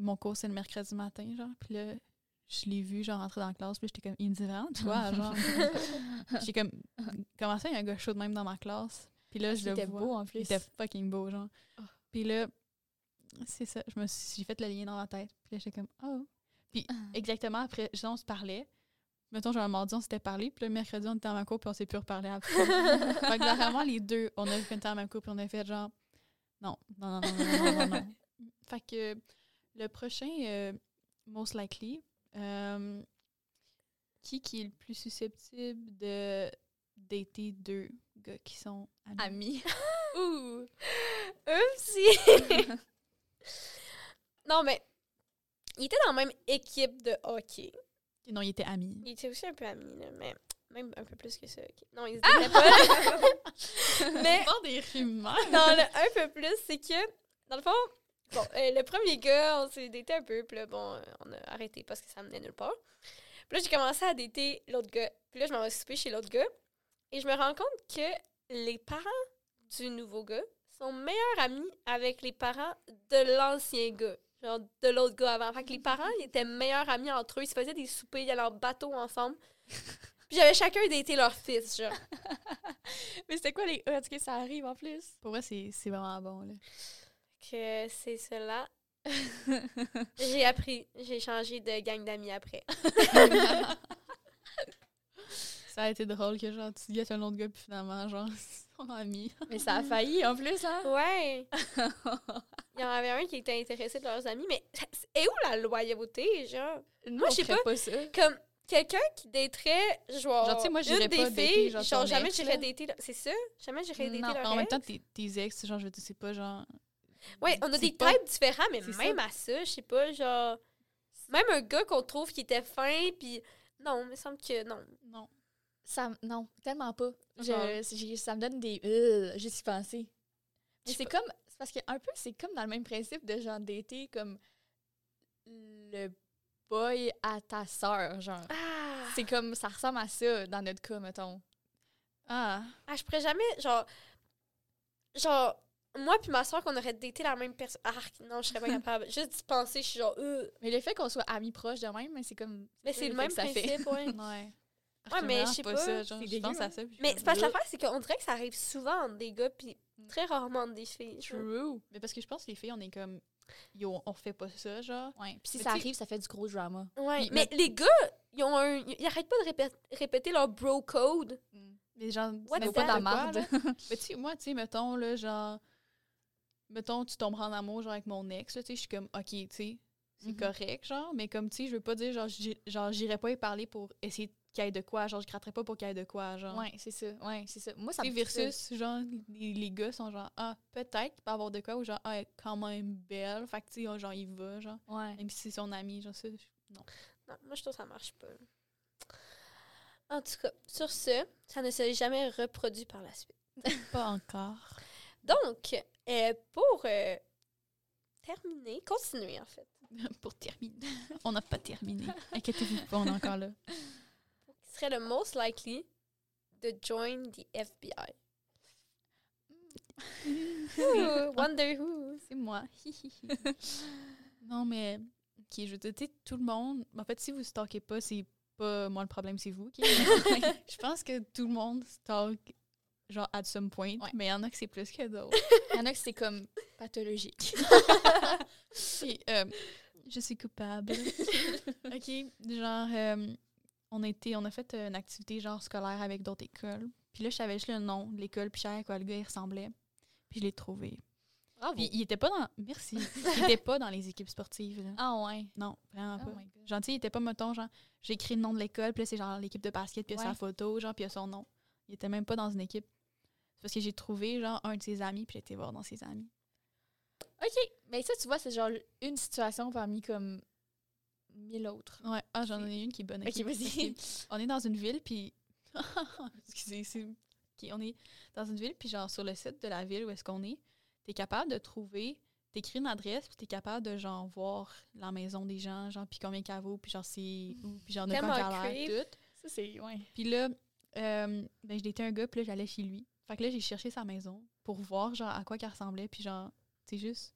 mon cours, c'est le mercredi matin, genre, puis là, je l'ai vu, genre, rentrer dans la classe, puis j'étais comme, il me dit vraiment, tu vois, genre. j'ai comme, comment ça, il y a un gars chaud de même dans ma classe? Puis là,
Ah,
je
il
le
était
vois.
beau, en plus.
Il était fucking beau, genre.
Ah.
Puis là, c'est ça, je me suis, j'ai fait le lien dans ma tête. Puis là, j'étais comme, oh. Puis exactement après, genre, on se parlait. Mettons, genre, un mardi, on s'était parlé, puis le mercredi, on était dans ma cour, puis on s'est plus reparlé après. fait que genre, vraiment, les deux, on a vu qu'on était dans ma cour, puis on a fait genre, non, non, non, non, non, non, non, non, non. Fait que le prochain, euh, most likely, euh, qui, qui est le plus susceptible de dater deux gars qui sont
Ami.
amis?
Ouh! Oupsie! non, mais il était dans la même équipe de hockey.
Non, ils étaient amis.
Il était aussi un peu ami, là, mais même un peu plus que ça. ok. Non, ils
Ah!
étaient pas. mais
Pas des rumeurs.
non, le un peu plus, c'est que, dans le fond, bon, euh, le premier gars, on s'est daté un peu, puis là, bon, euh, on a arrêté parce que ça menait nulle part. Puis là, j'ai commencé à dater l'autre gars. Puis là, je m'en vais souper chez l'autre gars. Et je me rends compte que les parents du nouveau gars sont meilleurs amis avec les parents de l'ancien gars. Genre de l'autre gars avant. Fait que les parents, ils étaient meilleurs amis entre eux. Ils se faisaient des soupers, ils allaient en bateau ensemble. Puis j'avais chacun daté leur fils, genre.
Mais c'était quoi les... E? Est-ce que ça arrive en plus?
Pour moi, c'est c'est vraiment bon. Là.
que c'est cela. j'ai appris, j'ai changé de gang d'amis après.
Ça a été drôle que genre, tu guettes un autre gars, puis finalement, genre, ils sont amis.
Mais ça a failli en plus, hein?
Ouais. Il y en avait un qui était intéressé de leurs amis, mais et où la loyauté, genre? Moi,
On
je sais
ferait
pas.
ça.
Comme quelqu'un qui daterait, genre,
Genre, tu sais, moi, j'irais
une des
pas
filles,
dater, genre, ton
jamais
ex,
j'irais
là.
dater, le- c'est ça? Jamais j'irais dater
Non,
leur
en même
ex.
temps, tes, tes ex, genre, je veux dire, c'est pas genre.
Ouais, on a
c'est
des
pas-
types différents, mais
c'est
même à ça, je sais pas, genre... Même un gars qu'on trouve qui était fin, puis... Non, il me semble que non.
Non.
Ça, non, tellement pas. Je-
Genre.
j'ai- ça me donne des. Euh, j'ai suis pensé.
Je
Mais
sais
c'est comme. C'est parce que un peu, c'est comme dans le même principe de genre d'été, comme le boy à ta sœur, genre.
Ah!
C'est comme. Ça ressemble à ça dans notre cas, mettons.
Ah,
Ah, je pourrais jamais, genre. Genre, moi puis ma soeur, qu'on aurait daté la même personne. Ah, non, je serais pas capable. Juste d'y penser, je suis genre, euh.
Mais le fait qu'on soit amis proches de même, c'est comme.
Mais
ça
c'est le
fait
même
que ça fait.
principe, ouais.
Ah, ouais.
Ouais, mais je sais pas, hein.
ça, genre,
c'est
je pense
dégueu,
à ça. puis je
Mais
suis
c'est parce que
comme,
l'affaire, c'est qu'on dirait que ça arrive souvent entre des gars, puis très rarement entre des filles. genre.
True.
Mais parce que je pense que les filles, on est comme. Yo, on fait pas ça, genre.
Ouais. Puis si
Mais
ça
tu-
arrive, ça fait du gros drama.
Ouais,
Puis
mais les gars, ils ont un. Ils arrêtent pas de répé- répéter leur bro code.
Mais genre,
What
Mais
n'importe
the
pas dans
quoi,
la marde.
là. Mais tu sais, moi, tu sais, mettons, là, genre, mettons, tu tomberas en amour, genre, avec mon ex, là, tu sais, je suis comme, OK, tu sais, c'est
Mhm.
correct, genre, mais comme, tu sais, je veux pas dire, genre, j'ai- genre, j'irai pas y parler pour essayer qu'il y ait de quoi, genre, je gratterai pas pour qu'il y ait de quoi, genre.
Ouais, c'est ça. Ouais, c'est ça. Moi, ça
Tu
me
sais,
fait ça.
versus, genre, les, les gars sont genre, ah, peut-être qu'il peut avoir de quoi, ou genre, ah, elle est quand même belle, fait que, tu sais, oh, genre, il va, genre,
Ouais.
même si c'est son ami, genre, ça, je- non.
Non, moi, je trouve que ça marche pas. En tout cas, sur ce, ça ne s'est jamais reproduit par la suite.
Pas encore.
Donc, euh, pour euh, terminer, continuer en fait.
pour terminer. On n'a pas terminé. Inquiétez-vous pas, on est encore là.
qui serait le most likely de join the FBI? Hmm. Ooh, wonder who.
C'est moi. Hi, hi, hi. non, mais qui je veux dire, tu sais, tout le monde. En fait, si vous stalkez pas, c'est pas moi le problème, c'est vous. ok? je pense que tout le monde stalk, genre, at some point,
Ouais.
mais il y en a que c'est plus que d'autres.
Il y en a que c'est comme pathologique.
Puis, euh, je suis coupable. ok, genre, euh, on, était, on a fait euh, une activité genre scolaire avec d'autres écoles. Puis là, je savais juste le nom de l'école, puis je savais à quoi le gars il ressemblait. Puis je l'ai trouvé.
Oh.
Bravo.
Puis il était pas dans. Merci. il était pas dans les équipes sportives. là.
Ah ouais.
Non, vraiment
Oh
pas.
my God.
Gentil, il était pas, mettons, genre, j'ai écrit le nom de l'école, puis là, c'est genre l'équipe de basket, puis il y a
Ouais.
sa photo, genre, puis il y a son nom. Il était même pas dans une équipe. C'est parce que j'ai trouvé, genre, un de ses amis, puis j'ai été voir dans ses amis.
OK. Mais ça, tu vois, c'est genre une situation parmi comme mille autres.
Ouais, ah, j'en ai une qui est bonne.
OK, vas-y.
Parce que On est dans une ville, puis. Excusez, c'est. OK, on est dans une ville, puis genre, sur le site de la ville où est-ce qu'on est, t'es capable de trouver. T'écris une adresse, puis t'es capable de, genre, voir la maison des gens, genre, puis combien qu'elle vaut, puis genre, c'est. où, Puis genre, de quoi
Tellement
qu'elle a l'air,
creep.
tout.
Ça, c'est. Ouais.
Puis là, euh, ben, je datais un gars, puis là, j'allais chez lui. Fait que là, j'ai cherché sa maison pour voir, genre, à quoi qu'elle ressemblait, puis genre, c'est juste...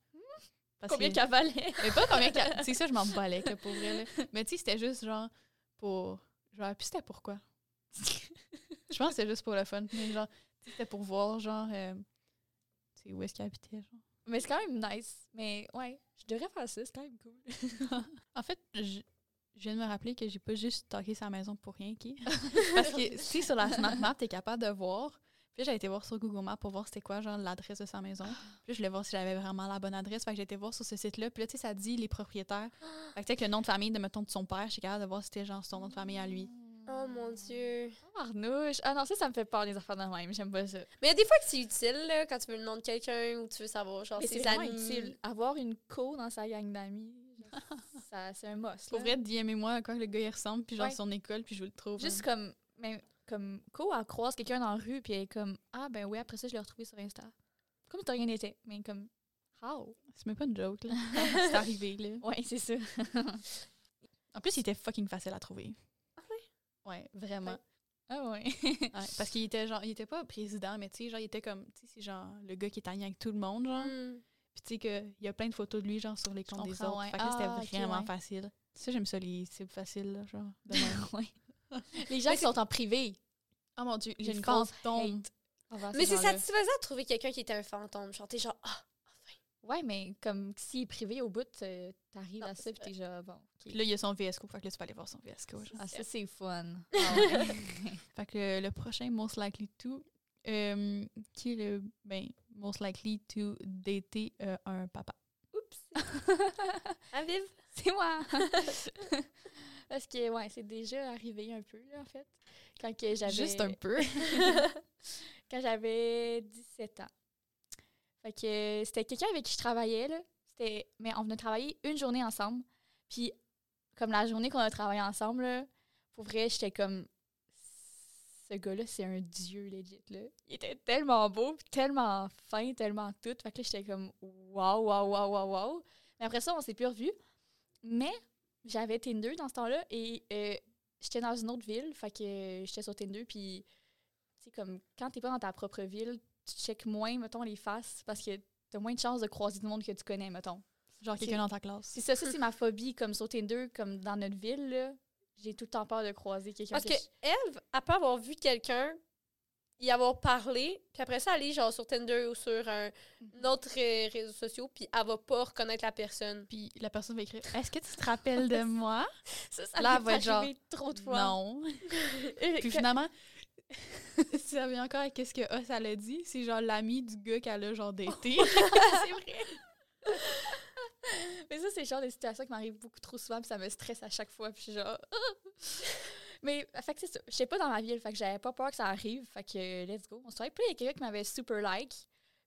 parce
Combien
que-
qu'elle valait?
Mais pas combien qu'elle... c'est ça, je m'en balais, que pour vrai, là. Mais tu sais, c'était juste, genre, pour... Genre, puis c'était pourquoi? je pense que c'était juste pour le fun. Mais genre, tu sais, c'était pour voir, genre... euh, tu sais, où est-ce qu'elle habitait, genre.
Mais c'est quand même nice. Mais ouais, je devrais faire ça, c'est quand même cool.
En fait, je, je viens de me rappeler que j'ai pas juste toqué sa maison pour rien, qui. Parce que si sur la Snap Map, t'es capable de voir. Puis j'ai été voir sur Google Maps pour voir c'était quoi, genre, l'adresse de sa maison. Puis je voulais voir si j'avais vraiment la bonne adresse. Fait que j'ai été voir sur ce site-là. Puis là, tu sais, ça dit les propriétaires. Fait que tu sais, avec le nom de famille, de, mettons, de son père, j'étais capable de voir si c'était genre son nom de famille à lui.
Oh mon Dieu.
Ah. Oh, Arnouche. Ah non, ça, ça me fait peur, les affaires de même. J'aime pas ça.
Mais des fois que c'est utile, là, quand tu veux le nom de quelqu'un ou tu veux savoir, genre,
Mais c'est
ses
vraiment
amis.
utile. Avoir une co dans sa gang d'amis, genre, ça, c'est un must.
Pour
là.
vrai, DMez-moi à quoi le gars il ressemble, puis genre
Ouais.
son école, puis je vous le trouve.
Juste comme, mais, comme co, elle croise quelqu'un dans la rue, puis elle est comme, ah ben oui, après ça, je l'ai retrouvé sur Insta. Comme si rien n'était, mais comme, how?
hein. C'est même pas une joke, là. c'est arrivé, là.
Ouais, c'est ça.
En plus, il était fucking facile à trouver.
Ah
Ouais, vraiment.
Ah ouais.
Ouais, parce qu'il était genre, il était pas président, mais tu sais, genre, il était comme, tu sais, c'est genre le gars qui est ami avec tout le monde, genre.
Hmm.
Puis tu sais, que il y a plein de photos de lui, genre, sur les comptes des
comprends,
autres.
ouais.
Fait que là,
Ah, ok,
c'était vraiment
ouais.
facile. Ça, j'aime ça, les cibles faciles, là, genre. de même.
les gens qui sont en privé.
oh mon dieu,
J'ai
les
une grosse
fantômes.
Mais Ah, c'est satisfaisant de trouver quelqu'un qui était un fantôme. Genre, t'es genre, ah,
Ouais, mais comme s'il est privé au bout, euh, t'arrives
Non,
à ça,
c'est
puis t'es genre, bon,
Puis
ok.
là, il y a son VSCO. Fait que là, tu vas aller voir son VSCO, genre.
Ah, ça, c'est fun.
Fait que le, le prochain Most Likely To, euh, qui est le, ben, Most Likely To dater euh, un papa.
Oups!
à vivre.
C'est moi! Parce que, ouais, c'est déjà arrivé un peu, là, en fait. Quand que j'avais...
Juste un peu.
Quand j'avais 17 ans. Fait que euh, c'était quelqu'un avec qui je travaillais, là. C'était... Mais on venait travailler une journée ensemble. Puis, comme la journée qu'on a travaillé ensemble, là, pour vrai, j'étais comme... Ce gars-là, c'est un dieu, legit, là. Il était tellement beau, puis tellement fin, tellement tout. Fait que là, j'étais comme... Waouh, waouh, waouh, waouh, waouh. Mais après ça, on s'est plus revus. Mais j'avais Tinder dans ce temps-là et euh, j'étais dans une autre ville. Fait que euh, j'étais sur Tinder. Puis, tu sais, comme quand t'es pas dans ta propre ville, tu checkes moins, mettons, les faces parce que t'as moins de chances de croiser du monde que tu connais, mettons.
Genre quelqu'un dans ta classe.
C'est ça, ça, c'est ma phobie, comme sur Tinder, comme dans notre ville, là. J'ai tout le temps peur de croiser quelqu'un.
Parce que
je-
Eve, après avoir vu quelqu'un, y avoir parlé, puis après ça, aller genre sur Tinder ou sur un, un autre euh, réseau social, puis elle va pas reconnaître la personne.
Puis la personne va écrire Est-ce que tu te rappelles de moi
ça, ça
Là,
m'est
va être genre,
arrivé trop de fois.
Non.
Et
Puis
que-
finalement, ça revient encore à qu'est-ce que Us, elle a dit. C'est genre l'ami du gars qu'elle a genre daté.
c'est vrai. Mais ça, c'est le genre des situations qui m'arrivent beaucoup trop souvent, puis ça me stresse à chaque fois, puis je suis genre. Mais, euh, fait que c'est ça. Je sais pas dans ma ville, fait que j'avais pas peur que ça arrive, fait que euh, let's go. On se travaille. Puis là, il y a quelqu'un qui m'avait super like,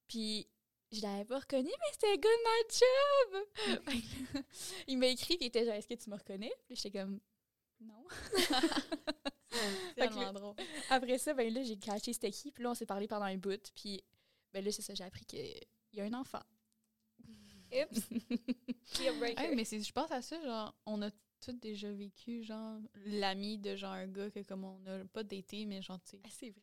puis je l'avais pas reconnu, mais c'était le gars de ma job! Fait que là, il m'a écrit, puis il était genre, est-ce que tu me reconnais? Puis j'étais comme, non.
C'est
Fait
tellement drôle.
Après ça, ben là, j'ai caché c'était qui, puis là, on s'est parlé pendant un bout, puis ben là, c'est ça, j'ai appris qu'il y a un enfant.
Oups. Deal breaker.
Ouais, mais c'est- je pense à ça, genre, on a toutes déjà vécu, genre, l'ami de genre un gars que comme on n'a pas daté, mais genre, tu sais,
Ah, c'est vrai.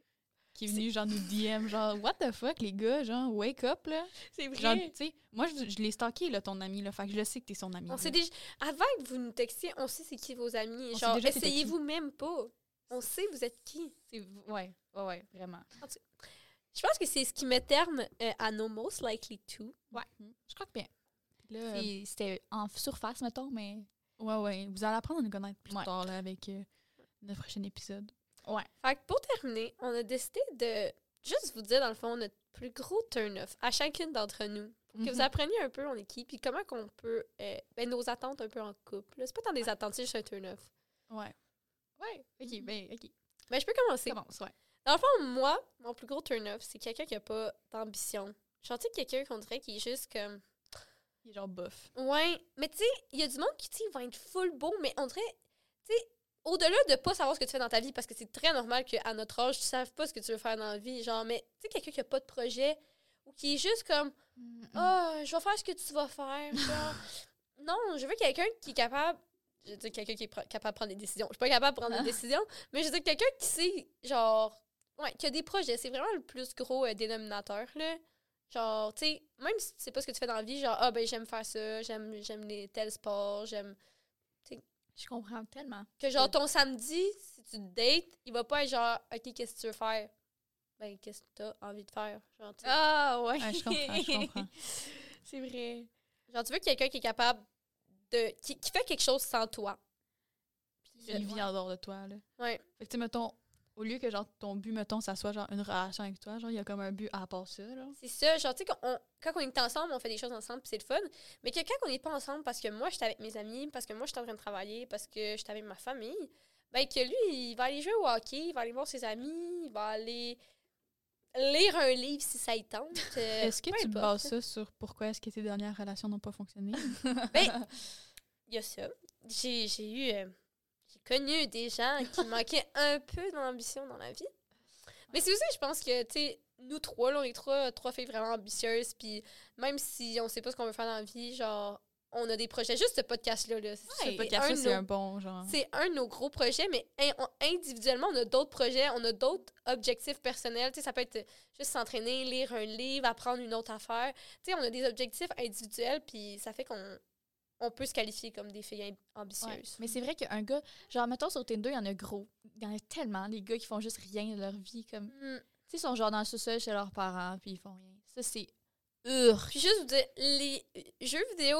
qui est venu genre nous DM, genre, what the fuck, les gars, genre, wake up, là.
C'est vrai.
Genre, tu sais, moi, je, je l'ai stalké, là, ton ami, là. Fait que je le sais que t'es son ami.
On
là.
sait déjà. Avant que vous nous textiez, on sait c'est qui vos amis.
On sait
genre,
déjà c'était
essayez-vous même pas. On sait vous êtes qui.
C'est v- ouais, ouais, ouais, vraiment.
Je pense que c'est ce qui met terme euh, à nos most likely to.
Mhm.
Je crois que bien.
Là, euh,
C'est- C'était en f- surface, mettons, mais
Ouais, ouais. Vous allez apprendre à nous connaître plus
Ouais.
tard là, avec euh, le prochain épisode. Ouais.
Fait que pour terminer, on a décidé de juste vous dire, dans le fond, notre plus gros turn-off à chacune d'entre nous. Pour que vous
Mhm.
appreniez un peu on est qui, puis comment qu'on peut. euh, ben, nos attentes un peu en couple. là. C'est pas tant des attentes, c'est juste un turn-off.
Ouais. Ouais. OK, ben, OK.
Ben, je peux commencer.
Commence, ouais.
Dans le fond, moi, mon plus gros turn-off, c'est quelqu'un qui a pas d'ambition. Je suis quelqu'un qu'on dirait qui est juste comme.
Il est genre bof.
Ouais, mais tu sais, il y a du monde qui, tu sais, ils vont être full beau, mais on dirait, tu sais, au-delà de pas savoir ce que tu fais dans ta vie, parce que c'est très normal qu'à notre âge, tu ne saves pas ce que tu veux faire dans la vie. Genre, mais tu sais, quelqu'un qui a pas de projet ou qui est juste comme,
Oh!
ah, je vais faire ce que tu vas faire. genre. non, je veux quelqu'un qui est capable. Je veux dire, quelqu'un qui est pro- capable de prendre des décisions. Je suis pas capable de prendre
Ah.
des décisions, mais je veux dire, quelqu'un qui sait, genre, ouais, qui a des projets. C'est vraiment le plus gros euh, dénominateur, là. Genre, tu sais, même si tu sais pas ce que tu fais dans la vie, genre, ah, ben, j'aime faire ça, j'aime j'aime les tels sports, j'aime.
Je comprends tellement.
Que, genre, ton samedi, si tu te dates, il va pas être genre, OK, qu'est-ce que tu veux faire? Ben, qu'est-ce que t'as envie de faire? Genre, tu sais.
Ah, ouais.
Ouais, je comprends, je comprends.
C'est vrai.
Genre, tu veux quelqu'un qui est capable de. Qui, qui fait quelque chose sans toi.
Puis,
Il
ouais.
vit en dehors de toi, là.
Ouais.
Fait que, tu sais, mettons, au lieu que, genre, ton but, mettons, ça soit, genre, une relation avec toi, genre, il y a comme un but à part ça, là.
C'est ça, genre, tu sais, qu'on- quand on est ensemble, on fait des choses ensemble, puis c'est le fun. Mais que quand on n'est pas ensemble, parce que moi, j'étais avec mes amis, parce que moi, j'étais en train de travailler, parce que j'étais avec ma famille, ben que lui, il va aller jouer au hockey, il va aller voir ses amis, il va aller lire un livre si ça y tente. euh,
Est-ce que
peu
tu
importe.
bases ça sur pourquoi est-ce que tes dernières relations n'ont pas fonctionné?
Ben, il y a ça. J'ai j'ai eu. euh, j'ai connu des gens qui manquaient un peu d'ambition dans la vie. Mais c'est aussi, je pense que, tu sais, nous trois, là, on est trois, trois filles vraiment ambitieuses. Puis même si on sait pas ce qu'on veut faire dans la vie, genre, on a des projets. Juste ce podcast-là, là,
Ce
c'est
podcast-là,
un de
c'est
nos-
un bon, genre.
c'est un de nos gros projets, mais in- on- individuellement, on a d'autres projets, on a d'autres objectifs personnels. Tu sais, ça peut être euh, juste s'entraîner, lire un livre, apprendre une autre affaire. Tu sais, on a des objectifs individuels, puis ça fait qu'on on peut se qualifier comme des filles am-
Ouais.
ambitieuses.
Mais c'est vrai qu'un gars, genre, mettons sur Tinder, il y en a gros. Il y en a tellement, des gars qui font juste rien de leur vie. Comme, tu
Mm.
sais, ils sont genre dans le sous-sol chez leurs parents, puis ils font rien. Ça, c'est.
Puis juste vous dire, les jeux vidéo,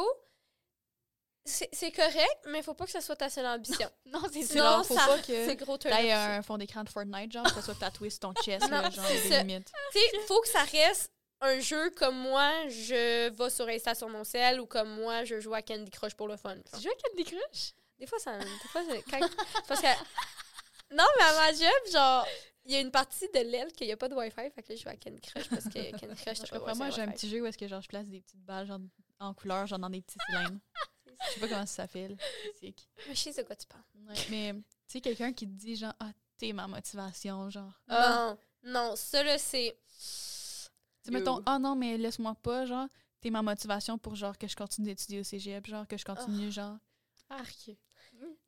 c'est c'est correct, mais faut pas que ça soit ta seule ambition.
Non, c'est
C'est
ça.
Non,
genre, faut
ça-
pas
c'est
que
gros turn
t'aies un fond d'écran de Fortnite, genre, que ça soit tatoué sur ton chest, là,
Non,
genre,
c'est
des
ça.
limites.
Tu sais, faut que ça reste un jeu comme moi, je vais sur Insta sur mon cell ou comme moi, je joue à Candy Crush pour le fun.
Tu joues à Candy Crush?
Des fois, ça. Des fois, c'est- quand- parce que. Non, mais à ma job, genre, il y a une partie de l'aile qu'il n'y a pas de Wi-Fi, fait que là, je joue à Candy Crush parce que Candy Crush,
Je
t'as pas
comprends,
de
moi,
Wi-Fi.
j'ai un petit jeu où est-ce que, genre, je place des petites balles, genre, en couleur, genre, dans des petits cylindres. Je sais pas comment ça s'appelle. C'est sick.
Mais Je sais de quoi tu parles.
Ouais, mais, tu sais, quelqu'un qui te dit, genre, ah, t'es ma motivation, genre. Ah,
Non, non, ça, là, c'est.
tu sais, mettons, ah non, mais laisse-moi pas, genre, t'es ma motivation pour, genre, que je continue d'étudier au cégep, genre, que je continue, genre.
Arc.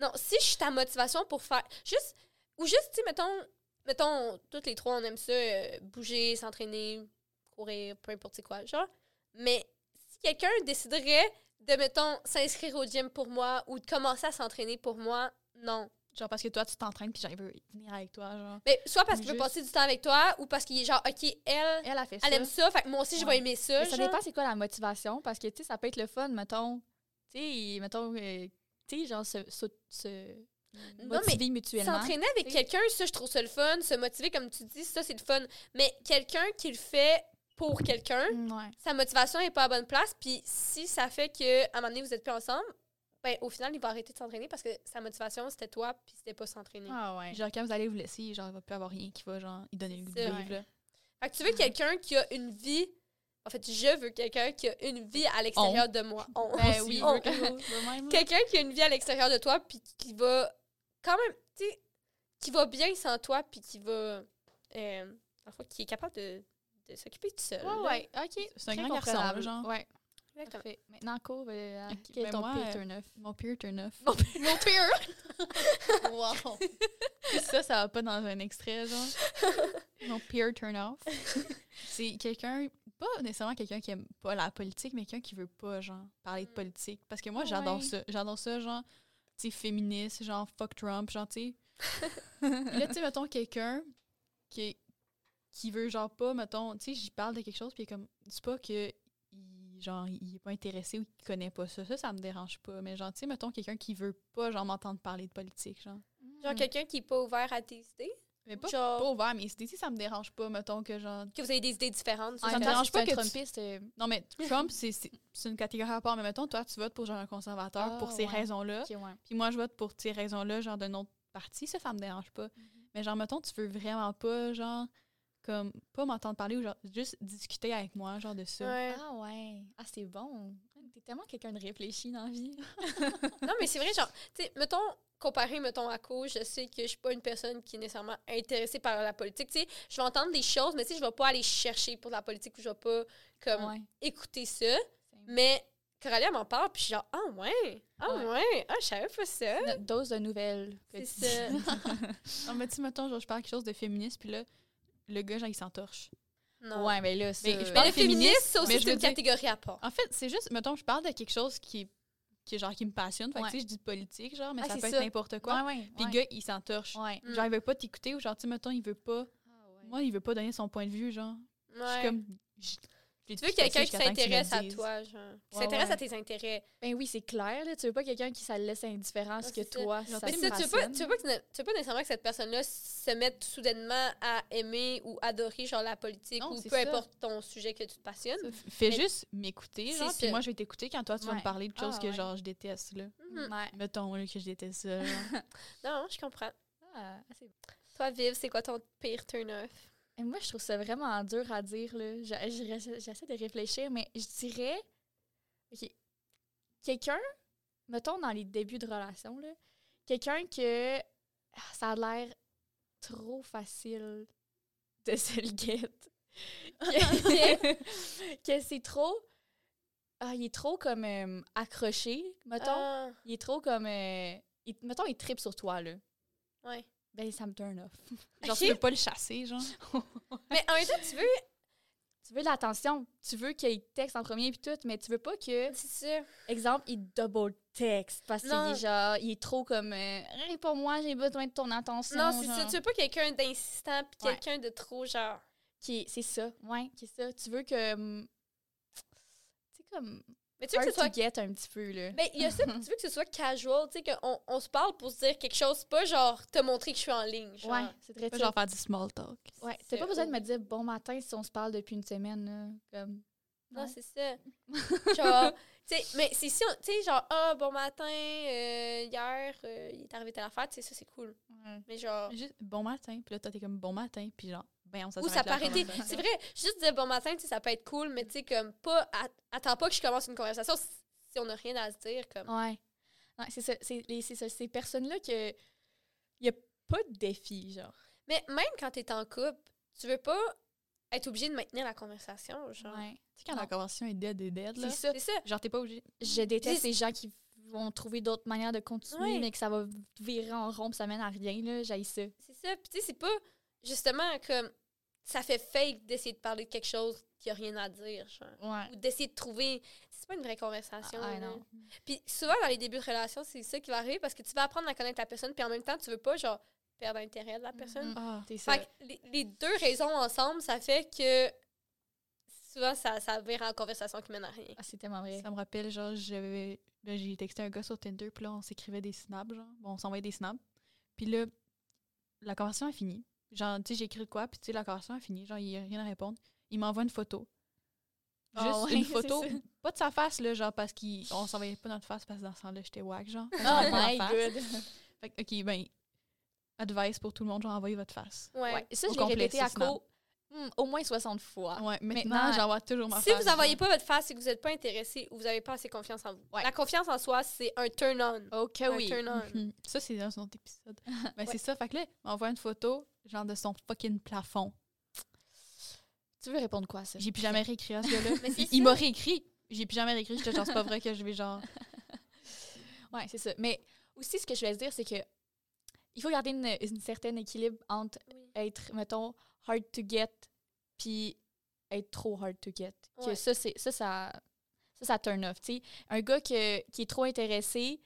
Non, si je suis ta motivation pour faire. Juste. Ou juste, tu sais, mettons. Mettons, toutes les trois, on aime ça, euh, bouger, s'entraîner, courir, peu importe c'est quoi, genre. Mais si quelqu'un déciderait de, mettons, s'inscrire au gym pour moi ou de commencer à s'entraîner pour moi, non.
Genre, parce que toi, tu t'entraînes, puis genre, il veut venir avec toi, genre.
Mais soit parce qu'il veut
Juste.
passer du temps avec toi ou parce qu'il est genre, OK, elle,
Elle a fait ça.
elle aime ça, fait que moi aussi, je
Ouais.
vais aimer ça.
Mais ça
genre.
dépend c'est quoi la motivation, parce que, tu sais, ça peut être le fun, mettons, tu sais, mettons, euh, tu sais, genre, se, se, se
Non, mais
motiver mutuellement.
S'entraîner avec
Oui.
quelqu'un, ça, je trouve ça le fun. Se motiver, comme tu dis, ça, c'est le fun. Mais quelqu'un qui le fait pour quelqu'un,
Mm, Ouais.
sa motivation est pas à bonne place. Puis si ça fait que à un moment donné, vous êtes plus ensemble, ben, au final, il va arrêter de s'entraîner parce que sa motivation, c'était toi, puis c'était pas s'entraîner.
Ah ouais.
Genre, quand vous allez vous laisser, genre, il va plus avoir rien qui va, genre, il donner le goût de
C'est
vivre,
vrai.
là.
Fait que tu veux quelqu'un qui a une vie. En fait, je veux quelqu'un qui a une vie à l'extérieur de moi. On-
Ben
on-
oui,
on-
même, là.
quelqu'un qui a une vie à l'extérieur de toi puis qui va quand même tu sais qui va bien sans toi puis qui va euh, en fait, qui est capable de, de s'occuper tout seul
Ouais,
là.
ouais, ok.
C'est un
Très
grand garçon, là,
comprenable.
genre.
Ouais,
Exactement.
parfait. Maintenant, cours, euh,
Ok,
quel est
ben
ton
moi,
pire
euh,
turn-off?
Mon pire turn-off.
Mon
euh,
pire-
Mon pire! wow! ça, ça va pas dans un extrait, genre. Mon pire turn-off. C'est quelqu'un, pas nécessairement quelqu'un qui aime pas la politique, mais quelqu'un qui veut pas, genre, parler de politique. Parce que moi,
Mm. Ah
j'adore
ouais.
ça. J'adore ça, genre, tu sais, féministe, genre, fuck Trump, genre, tu sais. Puis là, tu sais, mettons, quelqu'un qui, est- qui veut, genre, pas, mettons, tu sais, j'y parle de quelque chose, puis il est comme, dis pas que, il, genre, il est pas intéressé ou qu'il connaît pas ça. Ça, ça me dérange pas. Mais, genre, tu sais, mettons, quelqu'un qui veut pas, genre, m'entendre parler de politique, genre.
genre quelqu'un qui est pas ouvert à tes idées
Mais pas,
Genre,
pas ouvert, mais c'était si ça me dérange pas, mettons que genre.
que vous avez des idées différentes.
Ah,
ça
me
me
dérange
dérange
si
pas
t'es un
que tu-
Trumpiste, euh,
Non, mais Trump, c'est c'est- c'est une catégorie à part. Mais mettons, toi, tu votes pour genre un conservateur
Ah,
pour ces
ouais.
raisons-là.
ok, ouais.
Puis moi, je vote pour ces raisons-là, genre d'un autre parti. Ça, ça me dérange pas.
Mm-hmm.
Mais genre, mettons, tu veux vraiment pas, genre, comme, pas m'entendre parler ou genre, juste discuter avec moi, genre de ça.
Ouais.
Ah ouais. Ah, c'est bon. T'es tellement quelqu'un de réfléchi dans la vie.
Non, mais c'est vrai, genre, tu sais, mettons, comparé, mettons, à cause, je sais que je suis pas une personne qui est nécessairement intéressée par la politique. Tu sais, je vais entendre des choses, mais tu sais, je vais pas aller chercher pour de la politique ou je vais pas, comme,
Ah, Ouais.
écouter ça. Mais Coralie, elle m'en parle, puis je suis genre, ah ouais, ah
Ouais.
ouais, ah, je savais pas ça.
Notre dose de nouvelles.
C'est
quotidienne.
ça.
Non, mais tu sais, mettons, genre, je parle quelque chose de féministe, puis là, le gars, genre, il s'entorche.
Non.
Ouais, mais là, ça-
je
Mais
parle-
le féministe, ça
mais
aussi,
je
c'est
veux
une
dire-
catégorie à part.
En fait, c'est juste, mettons, je parle de quelque chose qui, qui genre, qui me passionne. Fait que,
Ouais.
tu sais, je dis politique, genre, mais
Ah,
ça
c'est
peut
ça.
être n'importe quoi.
Ouais, ouais.
Puis
ouais.
le gars, il s'entorche.
Ouais. Ah,
Mm.
Genre, il veut pas t'écouter ou genre, tu sais, mettons, il veut pas. Moi, il veut pas donner son point de vue, genre. Je
Ouais.
suis comme. je- j'ai
Tu veux
tout passé
quelqu'un qui
jusqu'à temps que tu me le
s'intéresse à
dises.
toi, genre. Qui
Ouais,
s'intéresse
ouais.
à tes intérêts.
Ben oui, c'est clair. Là. Tu veux pas quelqu'un qui ça laisse indifférent à ce
Ouais,
que
c'est ça.
toi,
Genre,
Ah, ça
Mais
te
c'est ça, tu veux, pas,
passionne.
tu, veux pas que, ne- tu veux pas nécessairement que cette personne-là se mette soudainement à aimer ou adorer genre la politique
Non,
ou
c'est
peu
ça.
importe ton sujet que tu te passionnes.
F- Fais
Mais-
juste m'écouter,
C'est
genre, puis
ça.
moi, je vais t'écouter quand toi, tu vas
Ouais.
me parler de choses
Ah,
que,
ouais.
genre, je déteste, là.
Mhm.
Ouais.
Mettons, là, que je déteste ça, genre.
Non, je comprends.
Ah, c'est bon.
Toi, Viv, c'est quoi ton pire turn-off?
Et moi, je trouve ça vraiment dur à dire. là. J'a- j'a- J'essaie de réfléchir, mais je dirais. OK. Quelqu'un, mettons dans les débuts de relation, là, quelqu'un que ah, ça a l'air trop facile de se le guette. que que c'est trop. Ah, il est trop comme euh, accroché, mettons.
Ah,
Il est trop comme. euh, il- mettons, il tripe sur toi, là.
ouais.
Ben, ça me turn off.
Genre,
Ok.
tu veux pas le chasser, genre.
Mais en même temps, tu veux,
Tu veux de l'attention. Tu veux qu'il texte en premier puis tout, mais tu veux pas que,
c'est ça.
exemple, il double texte parce qu'il
Non.
est genre, il est trop comme. euh, Réponds-moi, j'ai besoin de ton attention.
Non, c'est ça.
genre.
Tu veux pas quelqu'un d'insistant puis
Ouais.
quelqu'un de trop genre.
Qui est- C'est ça, ouais, qui est ça. Tu veux que. hum, Tu sais, comme.
Mais tu veux
Hard
que ce soit.
to get un petit peu, là.
Ben, il y a ça, tu veux que ce soit casual, tu sais, qu'on on se parle pour se dire quelque chose, pas genre te montrer que je suis en ligne. Genre.
ouais, c'est très
Pas
ça.
genre faire du small talk.
Ouais,
c'est
t'as pas besoin de me dire bon matin si on se parle depuis une semaine, là. Comme.
Non,
Ouais.
c'est ça. genre, tu sais, mais c'est si on, tu sais, genre, ah, bon matin, euh, hier, euh, il est arrivé telle affaire, tu sais, ça, c'est cool. Mais genre,
Juste bon matin, puis là, toi, t'es comme bon matin, puis genre, ben, on s'en
Oh. ou ça peut arrêter. C'est vrai, juste dire bon matin, tu sais, ça peut être cool, mais tu sais, comme, pas, at- attends pas que je commence une conversation si si on n'a rien à se dire, comme.
Ouais. Ouais, c'est ça. C'est les- c'est ça, ces personnes-là que. Il y a pas de défi, genre.
Mais même quand t'es en couple, tu veux pas être obligé de maintenir la conversation, genre.
Ouais.
Tu sais, quand la conversation est dead et dead, là.
C'est ça.
Oh. C'est ça.
Genre, t'es pas obligé.
Je déteste
C'est-
les gens qui vont trouver d'autres manières de continuer,
Ouais.
mais que ça va virer en rond, puis ça mène à rien, là. J'haïs ça.
C'est ça. Puis tu sais, c'est pas justement comme ça fait fake d'essayer de parler de quelque chose qui a rien à dire, genre.
Ouais.
Ou d'essayer de trouver. C'est pas une vraie conversation.
Ah, ah,
là.
non.
Puis souvent, dans les débuts de relation, c'est ça qui va arriver parce que tu vas apprendre à connaître la personne, puis en même temps, tu veux pas, genre, perdre l'intérêt de la personne.
Mhm.
Ah.
C'est ça.
Fait que les, les deux raisons ensemble, ça fait que souvent, ça, ça vire en conversation qui mène à rien.
Ah, c'est tellement vrai.
Ça me rappelle, genre, j'avais. Là, j'ai texté un gars sur Tinder, puis là, on s'écrivait des snaps, genre. Bon, on s'envoyait des snaps. Puis là, la conversation est finie. Genre, tu sais, j'ai écrit de quoi, puis tu sais, la conversation est finie. Genre, il n'y a rien à répondre. Il m'envoie une photo. Juste
Ah ouais,
une
c'est
photo.
ça.
Pas de sa face, là, genre, parce qu'on s'envoyait pas notre face, parce que dans ce temps-là, j'étais wack, genre. Fait que
Oh
j'avais pas
my
la face.
god.
Fait que, OK, ben, advice pour tout le monde, genre, envoyez votre face.
Ouais.
Ouais. Ça,
Au
je l'ai
complet,
répété
ça,
à
Snap.
co hmm, au moins 60 fois.
Ouais, maintenant,
Ah, Maintenant,
j'envoie toujours ma
Si
face.
vous n'envoyez pas votre face, c'est que vous n'êtes pas intéressé ou vous n'avez pas assez confiance en vous.
Ouais.
La confiance en soi, c'est un turn-on.
Ok,
Un
oui.
turn-on.
Mhm. Ça, c'est dans un autre épisode. Mais
Ouais.
c'est ça. Fait que là, il m'envoie une photo, genre, de son fucking plafond.
Tu veux répondre quoi, à ça?
J'ai plus jamais réécrit à ce gars-là.
Mais c'est
il il
ça.
m'a réécrit. J'ai plus jamais réécrit. J'étais genre, c'est pas vrai que je vais genre.
Ouais, c'est ça. Mais aussi, ce que je voulais dire, c'est que il faut garder une, une certaine équilibre entre
Oui.
être, mettons, hard to get, puis être trop hard to get. Que
Ouais.
ça, c'est ça, ça, ça, ça turn off. tu sais. un gars que- qui est trop intéressé,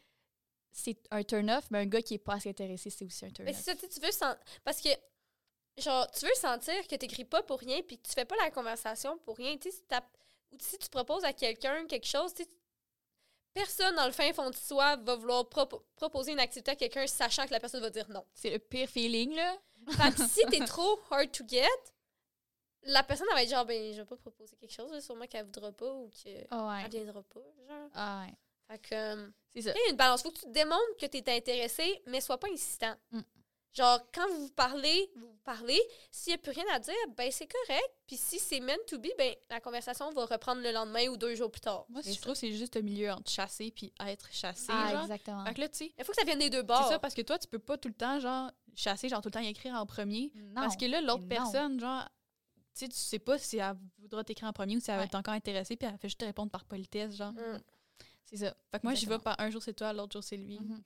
c'est un turn off, mais un gars qui est pas assez intéressé, c'est aussi un turn
Mais
off.
c'est ça, tu sais, tu veux sen- Parce que, genre, tu veux sentir que t'écris pas pour rien puis que tu fais pas la conversation pour rien. Tu sais, si t'as- ou si tu proposes à quelqu'un quelque chose, tu sais, personne dans le fin fond de soi va vouloir propo- proposer une activité à quelqu'un sachant que la personne va dire non.
C'est le pire feeling, là.
Fait que si t'es trop hard to get, la personne, elle va être genre, ben, je vais pas proposer quelque chose, là, sûrement qu'elle voudra pas ou qu'elle
Ah ouais.
viendra pas, genre.
Ah ouais.
Fait que, euh,
C'est ça.
il y a une balance. Faut que tu te démontres que t'es intéressé, mais sois pas insistant.
Mm.
Genre, quand vous vous parlez, vous vous parlez. S'il n'y a plus rien à dire, ben, c'est correct. Puis si c'est meant to be, ben, la conversation va reprendre le lendemain ou deux jours plus tard.
Moi,
C'est
je
ça.
trouve que c'est juste le milieu entre chasser puis être chassé.
Ah,
genre.
exactement.
Fait que là, tu sais,
Il faut que ça vienne des deux bords.
c'est ça, parce que toi, tu peux pas tout le temps, genre, chasser, genre, tout le temps écrire en premier.
Non.
Parce que là, l'autre
non.
personne, genre, tu sais, tu sais pas si elle voudra t'écrire en premier ou si elle va
Ouais.
être encore intéressée, puis elle fait juste te répondre par politesse, genre.
Mm.
C'est ça. Fait que moi, j'y vais
Exactement.
par un jour c'est toi, l'autre jour c'est lui.
Mhm.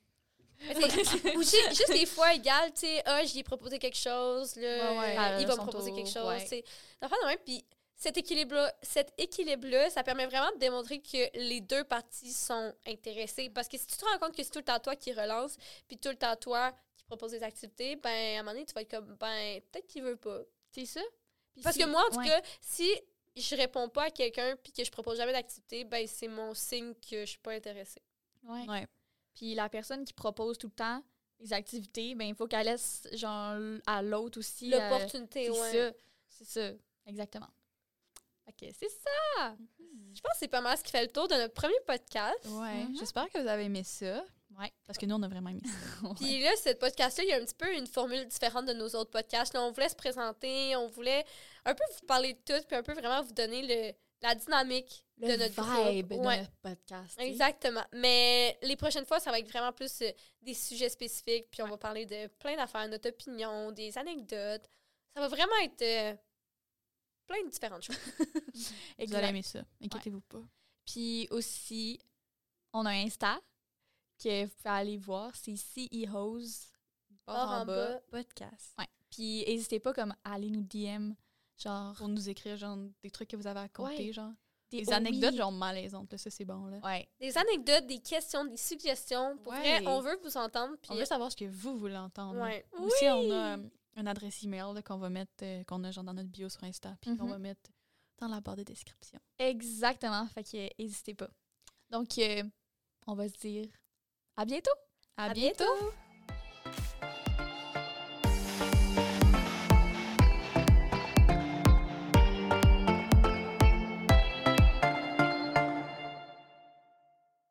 Mais c'est- ou ju- juste des fois égales, tu sais, ah, j'y ai proposé quelque chose, là,
Ouais, ouais,
euh, il
euh,
va me
son
proposer
tour,
quelque chose,
ouais.
tu sais. Dans le fond, de même, puis cet équilibre-là, cet équilibre ça permet vraiment de démontrer que les deux parties sont intéressées. Parce que si tu te rends compte que c'est tout le temps toi qui relance, puis tout le temps toi qui propose des activités, ben, à un moment donné, tu vas être comme, ben, peut-être qu'il veut pas.
C'est ça. Puis
Parce
si-
que moi, en tout
ouais.
cas, si je réponds pas à quelqu'un puis que je propose jamais d'activité, ben, c'est mon signe que je suis pas intéressée.
Ouais.
Ouais.
Puis la personne qui propose tout le temps les activités, ben il faut qu'elle laisse genre à l'autre aussi euh,
L'opportunité,
c'est
ouais.
ça. C'est ça. Exactement. Fait que c'est ça.
Je pense que c'est pas mal ce qui fait le tour de notre premier podcast.
Ouais.
Mhm.
J'espère que vous avez aimé ça.
Ouais.
Parce que nous, on a vraiment aimé ça.
Puis là, ce podcast-là, il y a un petit peu une formule différente de nos autres podcasts. Là, on voulait se présenter, on voulait un peu vous parler de tout, puis un peu vraiment vous donner le, la dynamique de notre
vibe
groupe.
de
Ouais,
notre podcast. tu sais.
exactement. Mais les prochaines fois, ça va être vraiment plus euh, des sujets spécifiques, puis on va parler de plein d'affaires, notre opinion, des anecdotes. Ça va vraiment être euh, plein de différentes choses.
Vous allez
Exact.
aimer ça. Inquiétez-vous pas.
Puis aussi, on a un Insta que vous pouvez aller voir. C'est E CEOs
Barre en bas.
Euh, podcast.
Puis n'hésitez pas comme à aller nous DM genre
Pour nous écrire, genre, des trucs que vous avez à raconter,
Ouais.
genre.
des
Oh
Des anecdotes, genre, malaisantes, là. Ça, c'est bon, là.
Ouais.
Des anecdotes, des questions, des suggestions. Pour
Ouais.
vrai, on veut vous entendre. Puis, euh,
On veut savoir ce que vous voulez entendre.
Ouais.
Aussi, on a euh, une adresse email là, qu'on va mettre, euh, qu'on a genre dans notre bio sur Insta, puis qu'on
Mhm.
va mettre dans la barre de description.
Exactement. Fait que euh, n'hésitez pas. Donc, euh, on va se dire à bientôt.
À,
À bientôt!